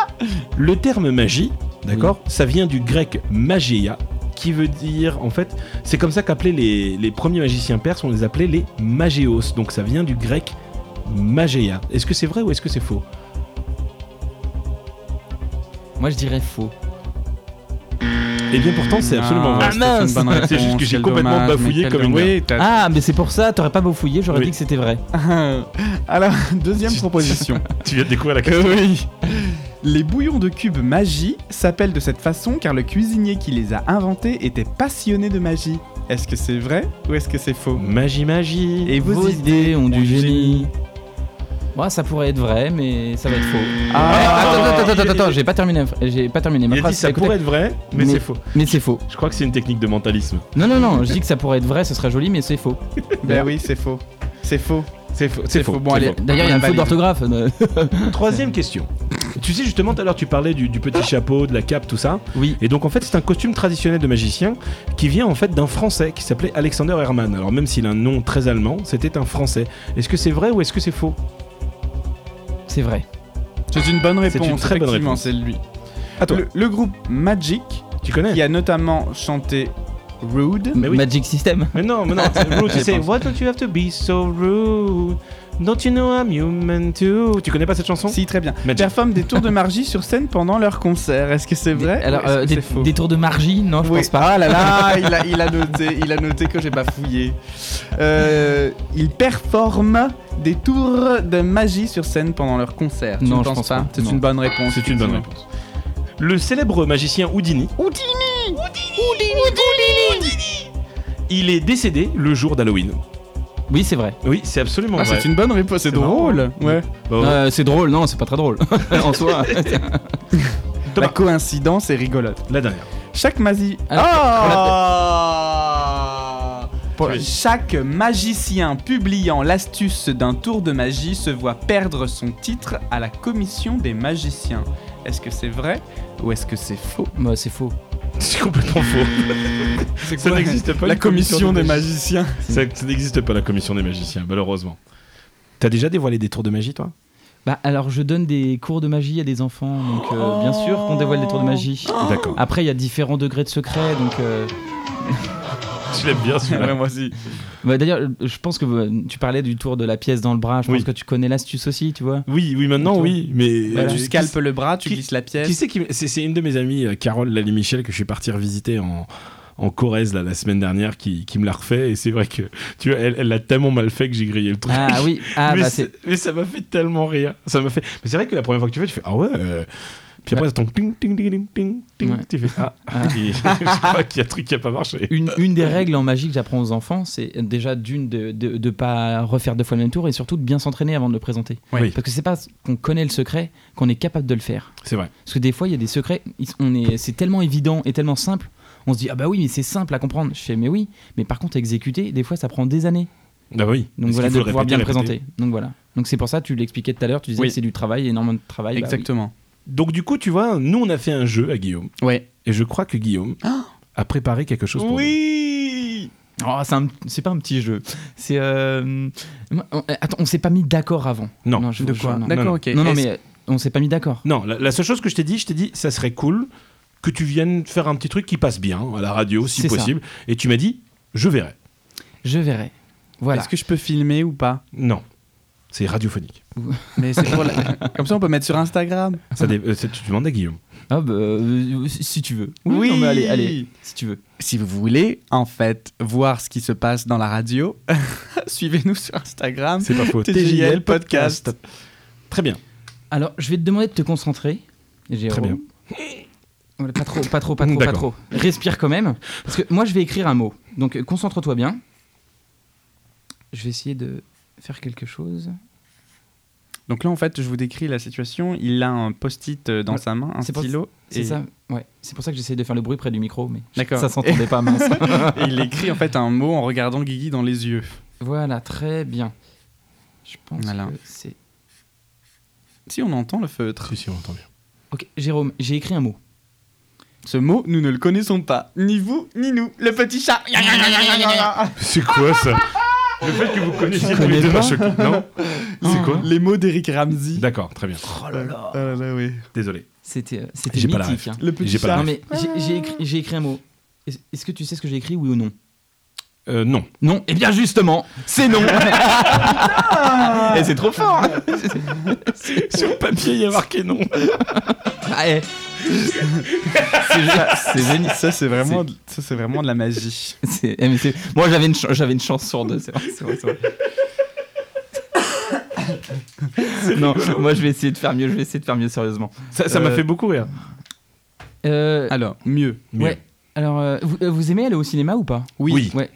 B: Le terme magie, d'accord, ça vient du grec magia, qui veut dire, en fait, c'est comme ça qu'appelaient les, les premiers magiciens perses, on les appelait les magéos. Donc ça vient du grec magia. Est-ce que c'est vrai ou est-ce que c'est faux
A: Moi, je dirais faux.
B: Eh bien pourtant, c'est absolument
C: Ah,
B: vrai.
C: c'était une
A: mince.
C: bonne réponse,
B: C'est juste que j'ai
C: quel
B: complètement
C: dommage, mais
B: bafouillé
C: quel
B: comme une
C: dommage. Oui, t'as-
A: Ah, mais c'est pour ça, t'aurais pas bafouillé, j'aurais
B: Euh, Oui.
A: dit que c'était vrai.
C: Ah. Alors, deuxième proposition.
B: Tu viens de découvrir la
C: Euh, oui. Les bouillons de cubes magie s'appellent de cette façon car le cuisinier qui les a inventés était passionné de magie. Est-ce que c'est vrai ou est-ce que c'est faux
B: Magie, magie.
C: Et vos,
A: Vos idées ont du
C: du
A: génie. Ouais, ça pourrait être vrai, mais ça va être faux. attends,
C: Ah,
B: il-
A: attends, attends,
B: il-
A: attends, attends, j'ai pas terminé, j'ai pas terminé
B: Il
A: ma
B: a dit
A: phrase.
B: ça
A: écoutez.
B: pourrait être vrai, mais,
A: Mais-
B: c'est faux.
A: Mais c'est faux.
B: Je crois que c'est une technique de mentalisme.
A: Non, non, non, je dis que ça pourrait être vrai, ce serait joli, mais c'est faux.
C: Ben oui, c'est faux. C'est faux.
B: C'est faux. C'est
C: faux.
B: faux.
C: Bon,
B: c'est
C: allez.
B: faux.
A: D'ailleurs, il y a une faute d'orthographe.
B: Troisième question. Tu sais justement, tout à l'heure, tu parlais du, du petit chapeau, de la cape, tout ça.
A: Oui.
B: Et donc en fait c'est un costume traditionnel de magicien qui vient en fait d'un français qui s'appelait Alexander Hermann. Alors même s'il a un nom très allemand, c'était un français. Est-ce que c'est vrai ou est-ce que c'est faux
A: C'est vrai.
C: C'est une bonne
B: C'est
C: réponse.
B: une très bonne
C: effectivement,
B: réponse.
C: C'est lui.
B: À toi.
C: Le, le groupe Magic,
B: Tu connais
C: qui a notamment chanté Rude.
B: Mais Ben oui.
A: Magic System.
B: Mais non, mais non. Rude, tu
C: Je
B: sais,
C: pense.
B: What don't you have to be so rude Don't you know I'm human too Tu connais pas cette chanson
C: Si, très bien.
B: Magic.
C: Performe des tours de magie sur scène pendant leur concert. Est-ce que c'est vrai
A: Des- Alors,
C: ou est-ce
A: euh,
C: que
A: des,
C: c'est faux
A: des tours de margie Non, je
C: Oui.
A: pense pas.
C: Ah là là, il a, il a noté, il a noté que j'ai bafouillé. Euh, ils performent des tours de magie sur scène pendant leur concert. Tu
A: Non,
C: ne
A: je
C: penses
A: pense
C: pas,
A: pas.
C: C'est
A: Non.
C: une bonne réponse.
B: C'est une bonne
C: effectivement.
B: réponse. Le célèbre magicien Houdini. Houdini Il est décédé le jour d'Halloween. Ah.
A: Oui, c'est vrai.
B: Oui, c'est absolument
C: Ah,
B: vrai.
C: c'est une bonne réponse, c'est
B: C'est marrant,
C: drôle. Ouais.
B: Bah, ouais.
A: Euh, c'est drôle, non, c'est pas très drôle. en soi.
B: Thomas.
C: La coïncidence est rigolote.
B: La dernière.
C: Chaque magie. Ah Pour-
B: Oui.
C: Chaque magicien publiant l'astuce d'un tour de magie se voit perdre son titre à la commission des magiciens. Est-ce que c'est vrai ou est-ce que c'est faux
A: Bah, c'est faux.
B: C'est complètement faux.
C: C'est
B: Ça
C: quoi
B: n'existe pas.
C: La
B: une
C: commission des magiciens.
B: Ça, ça n'existe pas la commission des magiciens, malheureusement. T'as déjà dévoilé des tours de magie, toi
A: Bah, alors, je donne des cours de magie à des enfants, donc euh, bien sûr qu'on dévoile des tours de magie.
B: Oh. D'accord.
A: Après, il y a différents degrés de secret, donc. euh,
B: Tu l'aimes bien, celui-là.
C: moi aussi.
A: bah, D'ailleurs, euh, je pense que euh, tu parlais du tour de la pièce dans le bras, je pense
B: Oui.
A: que tu connais l'astuce aussi, tu vois.
B: Oui, oui, maintenant,
A: Toi.
B: oui, mais...
C: Bah,
B: euh,
C: tu
B: qui-
C: scalpes le bras, tu
B: qui-
C: glisses la
B: Qui
C: pièce.
B: c'est qui... C'est c'est une de mes amies, euh, Carole Lali-Michel, que je suis parti revisiter en... En Corrèze, là, la semaine dernière, qui, qui me l'a refait, et c'est vrai que, tu vois, elle elle l'a tellement mal fait que j'ai grillé le truc.
A: Ah oui, ah
B: mais,
A: bah
B: c'est-
A: c'est.
B: mais ça m'a fait tellement rire. Ça m'a fait. Mais c'est vrai que la première fois que tu fais, tu fais ah ouais. euh. Puis après, ça tombe ting ting ting ting ting. ting.
A: Ouais. Ah.
B: Tu fais ah. Et je crois qu'il y a un truc qui a pas marché.
A: Une, une des règles en magie que j'apprends aux enfants, c'est déjà d'une de, de, de pas refaire deux fois le même tour et surtout de bien s'entraîner avant de le présenter.
B: Oui.
A: Parce que c'est pas qu'on connaît le secret qu'on est capable de le faire.
B: C'est vrai.
A: Parce que des fois, il y a des secrets, ils- on est, c'est tellement évident et tellement simple, on se dit ah bah oui, mais c'est simple à comprendre. Je fais mais oui, mais par contre exécuter, des fois ça prend des années.
B: Bah oui.
A: Donc
B: Parce
A: voilà
B: qu'il
A: de
B: faut le
A: pouvoir bien
B: répéter,
A: le
B: répéter.
A: présenter. Donc voilà. Donc c'est pour ça tu l'expliquais tout à l'heure, tu disais
C: Oui.
A: que c'est du travail, énormément de
C: Ah,
A: travail. bah oui.
C: Exactement.
B: Donc du coup, tu vois, nous on a fait un jeu à Guillaume,
C: Ouais.
B: et je crois que Guillaume a préparé quelque chose pour
C: Oui.
A: Oh, c'est, un- c'est pas un petit jeu. C'est euh, on- attends, on s'est pas mis d'accord avant.
B: nous. Non.
A: je-
C: De
A: je-
C: quoi
A: non.
B: non.
C: D'accord, ok.
A: Non, non,
C: Est-ce-
A: mais euh, on s'est pas mis d'accord.
B: Non. La, la seule chose que je t'ai dit, je t'ai dit, ça serait cool que tu viennes faire un petit truc qui passe bien hein, à la radio, si
A: C'est ça.
B: possible. Et tu m'as dit, je verrai.
A: Je verrai. Voilà.
C: Est-ce que je peux filmer ou pas
B: Non. C'est radiophonique.
C: Mais c'est pour la- Comme ça, on peut mettre sur Instagram.
B: Ça, dé- euh, ça, tu demandes à Guillaume.
A: Ah, bah, euh, si si tu veux.
C: Oui.
A: non, mais allez, allez, si tu veux.
C: Si vous voulez, en fait, voir ce qui se passe dans la radio, suivez-nous sur Instagram.
B: C'est pas faux.
C: TJL podcast.
B: Très bien.
A: Alors, je vais te demander de te concentrer. Jérôme.
B: Très bien.
A: Ouais, Pas trop, pas trop, pas trop, pas trop.
D: D'accord.
A: Respire quand même. Parce que moi, je vais écrire un mot. Donc, euh, concentre-toi bien. Je vais essayer de faire quelque chose.
C: Donc là, en fait, je vous décris la situation. Il a un post-it euh, dans
A: Ouais.
C: sa main, un
A: C'est pour-
C: stylo.
A: C'est
C: et-
A: ça Ouais. C'est pour ça que j'essaie de faire le bruit près du micro, mais
C: D'accord.
A: ça s'entendait pas mince.
C: Et il écrit en fait un mot en regardant Guigui dans les yeux.
A: Voilà, très bien. Je pense
C: Voilà.
A: que c'est.
C: Si on entend le feutre.
D: Si, si, on entend bien.
A: Ok, Jérôme, j'ai écrit un mot.
C: Ce mot, nous ne le connaissons pas. Ni vous, ni nous. Le petit chat.
D: C'est quoi ça Le fait que vous connaissiez
A: tous les deux m'a
D: choqué. Non C'est quoi
C: Les mots d'Eric Ramsey.
D: D'accord, très bien.
A: Oh là là
C: Ah là là, oui.
D: Désolé.
A: C'était euh, c'était
D: J'ai pas la
A: mythique. hein.
C: Le petit
D: J'ai pas la
C: chat.
A: Non, mais j'ai- j'ai écrit, j'ai écrit un mot. Est-ce- Est-ce que tu sais ce que j'ai écrit, oui ou non
D: Euh, non.
A: Non, et bien justement, c'est non Et c'est trop fort hein.
D: Sur le papier, il y a marqué non.
A: Ah, eh. C'est gé- C'est génial.
C: Ça, c'est vraiment, de- ça, c'est vraiment de la magie.
A: C'est- eh, mais c'est- Moi j'avais une, chan- j'avais une chance sur deux, c'est vrai. c'est vrai, c'est vrai. non, moi je vais essayer de faire mieux, je vais essayer de faire mieux sérieusement.
D: Ça ça m'a
C: Euh,
D: fait beaucoup rire.
A: Euh,
C: Alors, mieux.
A: ouais. Alors, euh, vous, euh, vous aimez aller au cinéma ou pas
D: Oui. Oui.
A: Ouais.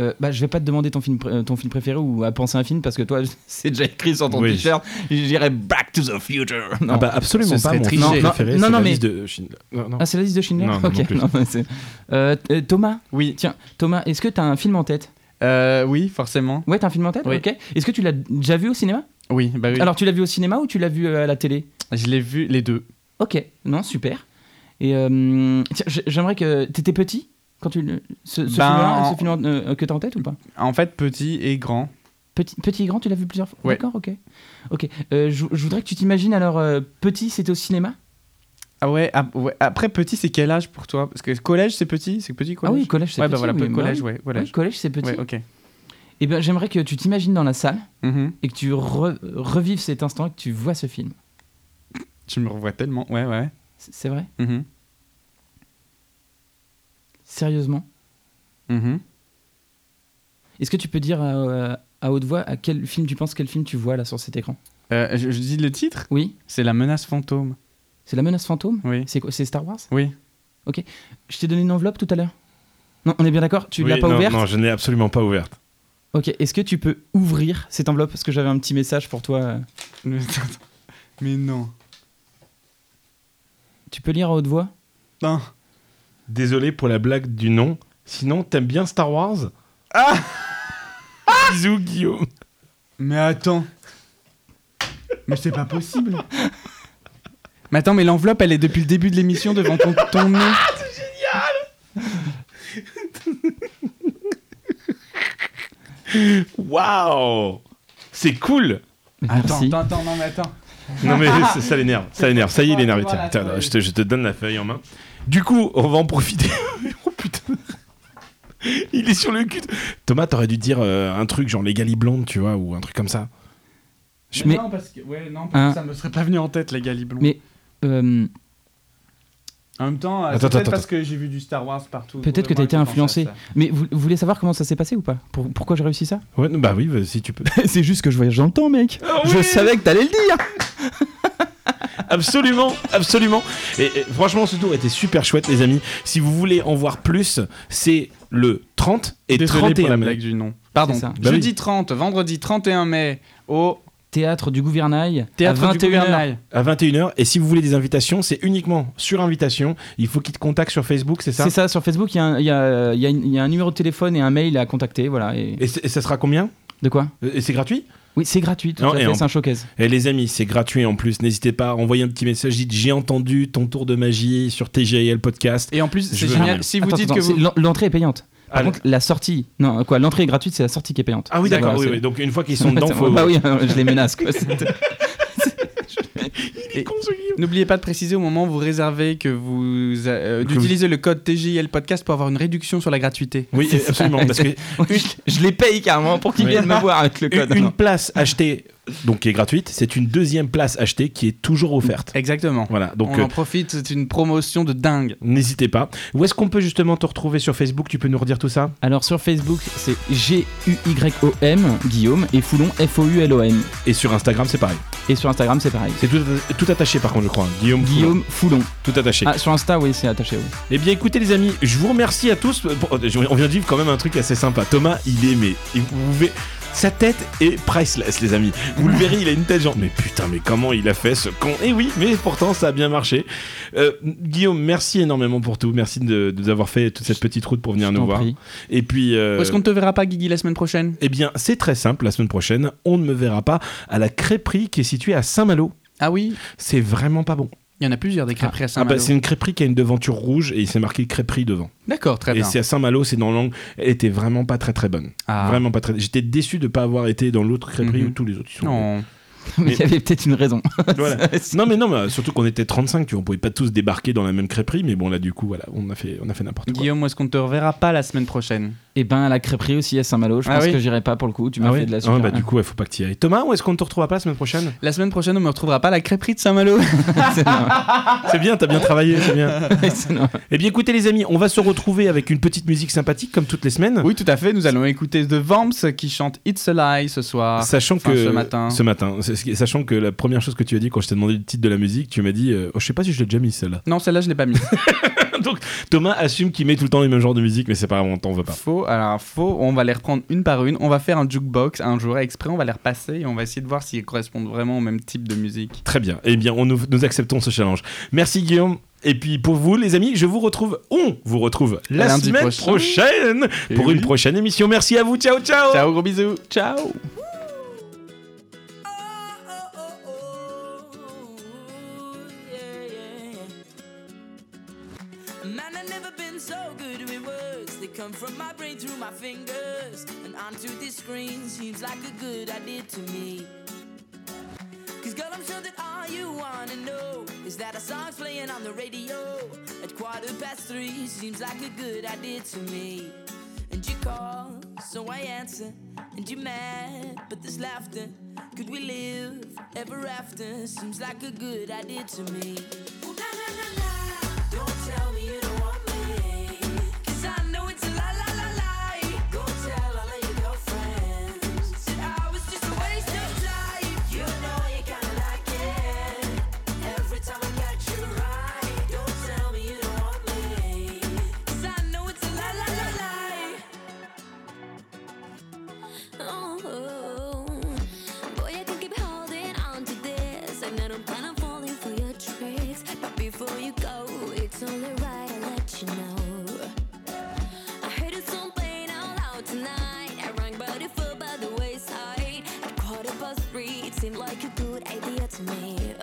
A: Euh, bah, je vais pas te demander ton film, pré- euh, ton film préféré ou à penser à un film parce que toi, c'est déjà écrit sur ton
D: Oui.
A: t-shirt. J'irai Back to the Future. Non.
D: Ah bah absolument
A: Ce
D: pas
A: serait
D: mon
A: tricher.
D: film
A: Non, non,
D: préféré,
A: non,
D: c'est
A: non,
D: la
A: mais-
D: liste de Schindler. Non, non.
A: Ah, c'est la liste de Schindler
D: Non, non
A: Ok,
D: plus.
A: mais c'est- Euh, t- euh, Thomas
C: Oui.
A: Tiens, Thomas, est-ce que t'as un film en tête
C: Euh, oui, forcément.
A: Ouais, t'as un film en tête
C: Oui.
A: Ok. Est-ce que tu l'as déjà vu au cinéma
C: Oui, bah oui.
A: Alors, tu l'as vu au cinéma ou tu l'as vu euh, à la télé
C: je l'ai vu les deux.
A: Ok, non, super. Et euh, tiens, j- j'aimerais que. T'étais petit quand tu. le- Ce, ce
C: Ben,
A: film-là,
C: en-
A: ce film, euh, que t'as en tête ou pas
C: En fait, petit et grand.
A: Petit, petit et grand, tu l'as vu plusieurs fois
C: Ouais.
A: D'accord, ok. Ok, Euh, je je voudrais que tu t'imagines alors, euh, petit, c'était au cinéma
C: Ah ouais, ah ouais. Après, petit, c'est quel âge pour toi Parce que collège, c'est petit C'est petit, collège
A: Ah oui, collège, c'est
C: Ouais,
A: petit.
C: bah voilà,
A: oui,
C: peu- collège,
A: oui.
C: ouais, collège.
A: Ouais, collège, c'est petit.
C: Ouais, ok.
A: Et bien, j'aimerais que tu t'imagines dans la salle
C: Mhm.
A: et que tu re- revives cet instant et que tu vois ce film.
C: Tu me revois tellement. Ouais, ouais.
A: C'est c'est vrai
C: Mhm.
A: Sérieusement
C: Mhm.
A: Est-ce que tu peux dire euh, à haute voix à quel film tu penses, quel film tu vois là sur cet écran
C: Euh, je, je dis le titre
A: Oui
C: C'est la menace fantôme.
A: C'est La menace fantôme
C: Oui.
A: C'est quoi C'est Star Wars
C: Oui.
A: Je t'ai donné une enveloppe tout à l'heure Non, on est bien d'accord Tu
D: Oui,
A: l'as pas
D: non,
A: ouverte
D: Non, je n'ai absolument pas ouverte.
A: Ok, est-ce que tu peux ouvrir cette enveloppe Parce que j'avais un petit message pour toi. euh.
C: Mais attends. Mais non.
A: Tu peux lire à haute voix
C: Non.
D: Désolé pour la blague du nom. Sinon, t'aimes bien Star Wars Ah Bisous, Guillaume.
C: Mais attends. Mais c'est pas possible. Mais attends, mais l'enveloppe, elle est depuis le début de l'émission devant ton, ton nez.
D: Waouh C'est cool
C: Attends,
A: Merci.
C: attends, attends, non, mais attends.
D: Non, mais ça, ça l'énerve. Ça l'énerve. Ça y est, il est énervé. Tiens, tiens, je, te, je te donne la feuille en main. Du coup, on va en profiter. oh putain Il est sur le cul. Thomas, t'aurais dû dire euh, un truc genre les galiblondes, tu vois, ou un truc comme ça.
A: Je mets-
C: Non, parce que, ouais, non, parce
A: Hein.
C: que ça me serait pas venu en tête, les galiblons.
A: Mais- Euh,
C: En même temps, euh,
D: Attends,
C: c'est
D: attends,
C: peut-être
D: attends.
C: parce que j'ai vu du Star Wars partout.
A: Peut-être que
C: Moi,
A: t'as été
C: je pense euh, à
A: influencé.
C: ça.
A: mais vous, vous voulez savoir comment ça s'est passé ou pas Pour- Pourquoi j'ai réussi ça
D: Ouais, bah oui, bah, si tu peux.
A: C'est juste que je voyage dans le temps, mec
D: Ah oui
A: que t'allais le dire
D: Absolument, absolument. Et, et franchement, ce tour était super chouette, les amis. Si vous voulez en voir plus, c'est le 30 et
C: Désolé
D: 31
C: pour la
D: mai.
C: blague du nom. Pardon.
A: C'est ça.
D: Bah
C: Jeudi 30, vendredi 31 mai, au
A: Théâtre du Gouvernail.
C: Théâtre
A: à
C: du
A: 21
C: Gouvernail.
D: à 21h. Et si vous voulez des invitations, c'est uniquement sur invitation. Il faut qu'ils te contactent sur Facebook, c'est ça
A: C'est ça, sur Facebook, il y, a un- il y a- il y a une- il y a un numéro de téléphone et un mail à contacter. Voilà. Et...
D: Et, c'est- et ça sera combien Euh,
A: De quoi
D: Et c'est gratuit
A: Oui, c'est gratuit, tout
D: Non,
A: à
D: et
A: fait,
D: en-
A: c'est un showcase.
D: Et les amis, c'est gratuit en plus. N'hésitez pas à envoyer un petit message. Dites J'ai entendu ton tour de magie sur TGIL Podcast.
C: Et en plus,
D: Je
C: c'est
D: veux
C: génial.
D: vraiment.
C: Si vous
A: Attends,
C: dites
A: attends,
C: que
A: c'est-
C: vous.
A: l'en- L'entrée est payante. Par
D: Ah,
A: contre, la sortie. Non, quoi, l'entrée est gratuite, c'est la sortie qui est payante.
D: ah oui, d'accord.
A: Voilà,
D: oui,
A: c'est-
D: oui. Donc une fois qu'ils sont dedans, faut.
A: Bah oui, je les menace, quoi. c'est-
D: Il est con, ce Guillaume.
C: N'oubliez pas de préciser au moment où vous réservez que vous euh,
D: Que
C: d'utiliser le code TJL podcast pour avoir une réduction sur la gratuité.
D: Oui, absolument. Parce que
A: Oui, je, je les paye carrément pour qu'ils
D: Oui.
A: viennent me voir avec le code. hein.
D: une, une
A: Non.
D: place achetée donc qui est gratuite, c'est une deuxième place achetée qui est toujours offerte.
C: Exactement.
D: Voilà, donc
C: on
A: Ah.
D: euh,
C: en profite, c'est une promotion de dingue.
D: n'hésitez pas. Où est-ce qu'on peut justement te retrouver sur Facebook Tu peux nous redire tout ça
A: Alors sur Facebook, c'est G-U-Y-O-M, Guillaume, et Foulon, F-O-U-L-O-N.
D: Et sur Instagram, c'est pareil.
A: Et sur Instagram, c'est pareil.
D: C'est tout, tout attaché par contre, je crois. hein. Guillaume. Foulon.
A: Guillaume Foulon.
D: Tout attaché.
A: Ah, sur Insta, oui, c'est attaché. oui.
D: Eh bien écoutez les amis, je vous remercie à tous. Bon, euh, je- on vient de vivre quand même un truc assez sympa. Thomas, il est mais et vous pouvez- Sa tête est priceless les amis. Vous le verrez, il a une tête genre mais putain mais comment il a fait ce con Et oui, mais pourtant ça a bien marché. Euh, Guillaume, merci énormément pour tout. Merci de, de nous avoir fait toute cette petite route pour venir
A: Je
D: nous
A: t'en
D: voir.
A: prie.
D: Et puis... euh,
C: Où Est-ce qu'on ne te verra pas, Guigui, la semaine prochaine
D: eh bien, c'est très simple. La semaine prochaine, on ne me verra pas à la crêperie qui est située à Saint-Malo.
C: Ah oui,
D: C'est vraiment pas bon.
C: il y en a plusieurs des crêperies à
D: Ah bah,
C: Saint-Malo.
D: c'est une crêperie qui a une devanture rouge et il s'est marqué crêperie devant.
C: D'accord, très
D: Et
C: bien.
D: c'est à Saint-Malo, c'est dans l'angle. Elle était vraiment pas très très bonne.
C: Ah.
D: Vraiment pas très. J'étais déçu de pas avoir été dans l'autre crêperie
C: Mhm.
D: où tous les autres y sont.
C: Non.
A: Mais il y avait peut-être une raison.
D: Voilà. non mais non, mais surtout qu'on était 35, tu vois, on pouvait pas tous débarquer dans la même crêperie, mais bon là du coup voilà, on a fait on a fait n'importe quoi.
C: Guillaume, où est-ce qu'on ne te reverra pas la semaine prochaine
A: Et ben à la crêperie aussi à Saint-Malo, je
C: Ah
A: pense
C: oui.
A: que j'irai pas pour le coup. Tu m'as
D: Ah
A: fait
D: ouais
A: de la
D: Ah
A: super.
C: hein.
D: bah du coup, il faut pas que tu y ailles. Thomas, où est-ce qu'on te retrouvera pas la semaine prochaine
C: La semaine prochaine, on ne me retrouvera pas à la crêperie de Saint-Malo.
A: C'est
D: bah,
A: normal.
D: C'est bien, t'as bien travaillé, c'est bien.
A: C'est normal.
D: Eh bien écoutez les amis, on va se retrouver avec une petite musique sympathique comme toutes les semaines.
C: oui, tout à fait, nous allons écouter The Vamps qui chante It's a Lie ce soir.
D: Sachant
C: Enfin,
D: que
C: Ah, ce matin.
D: ce matin, c'est ce qui- sachant que la première chose que tu as dit quand je t'ai demandé le titre de la musique, tu m'as dit, euh, oh, je sais pas si je l'ai déjà mis celle-là.
C: Non, celle-là, je l'ai pas mise.
D: Donc Thomas assume qu'il met tout le temps les mêmes genres de musique, mais c'est pas grave, on t'en veut pas.
C: Faux, alors faux, on va les reprendre une par une, on va faire un jukebox un jour exprès, on va les repasser et on va essayer de voir s'ils correspondent vraiment au même type de musique.
D: Très bien. Eh bien, on nous, nous acceptons ce challenge. Merci Guillaume. Et puis pour vous, les amis, je vous retrouve, on vous retrouve la
C: Lundi
D: semaine
C: prochain.
D: prochaine
C: Et
D: pour
C: oui.
D: une prochaine émission. Merci à vous. Ciao, ciao.
C: Ciao, gros bisous Ciao
E: Man, I've never been so good with words. They come from my brain through my fingers and onto this screen. Seems like a good idea to me. Cause girl, I'm sure that all you wanna know is that a song's playing on the radio at quarter past three. Seems like a good idea to me. And you call, so I answer. And you're mad, but there's laughter. Could we live ever after? Seems like a good idea to me. Ooh, na, na, na, na. Don't tell me you don't want me. 'Cause I know it's a lie, lie, lie, lie. Go tell all of your girlfriends. Said I was just a waste of time. You know you kinda like it. Every time I catch you right. Don't tell me you don't want me. 'Cause I know it's a lie, lie, lie, lie.
F: Oh, boy, I can keep holding on to this. And I don't plan on falling for your tricks. But before you go, it's only right I let you know. I heard a song playing out loud tonight. I rang, but it fell by the wayside. At quarter past three, it seemed like a good idea to me.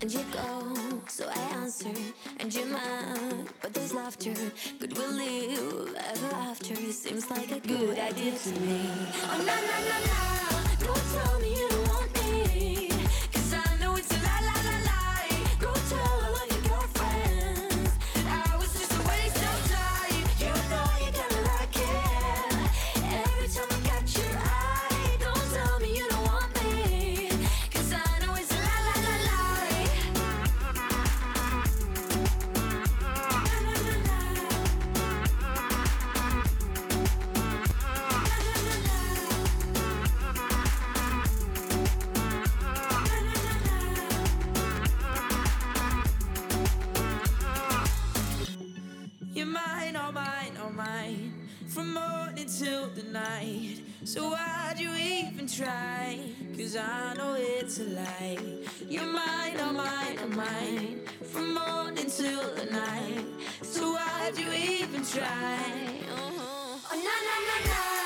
F: And you go, so I answer. And you're mad, but there's laughter. Could we live ever after? Seems like a good idea to me. Oh, na na na na. Don't tell me you don't want me. 'Cause I know it's a lie, lie, lie, lie. Go tell all of your girlfriends. I was just a waste of time. You know you gotta like it. Every time I catch your eye, don't tell me you don't want me. 'Cause I know it's a lie, lie, lie, lie. Na, na, na, na. Na, na, na, na. Na, na, na, na.
E: You're mine, all mine, all mine. From morning till the night. So why'd you even try? Cause I know it's a lie. You're mine, all mine, all mine. From morning till the night. So why'd you even try? Uh-huh.
F: Oh na na na na,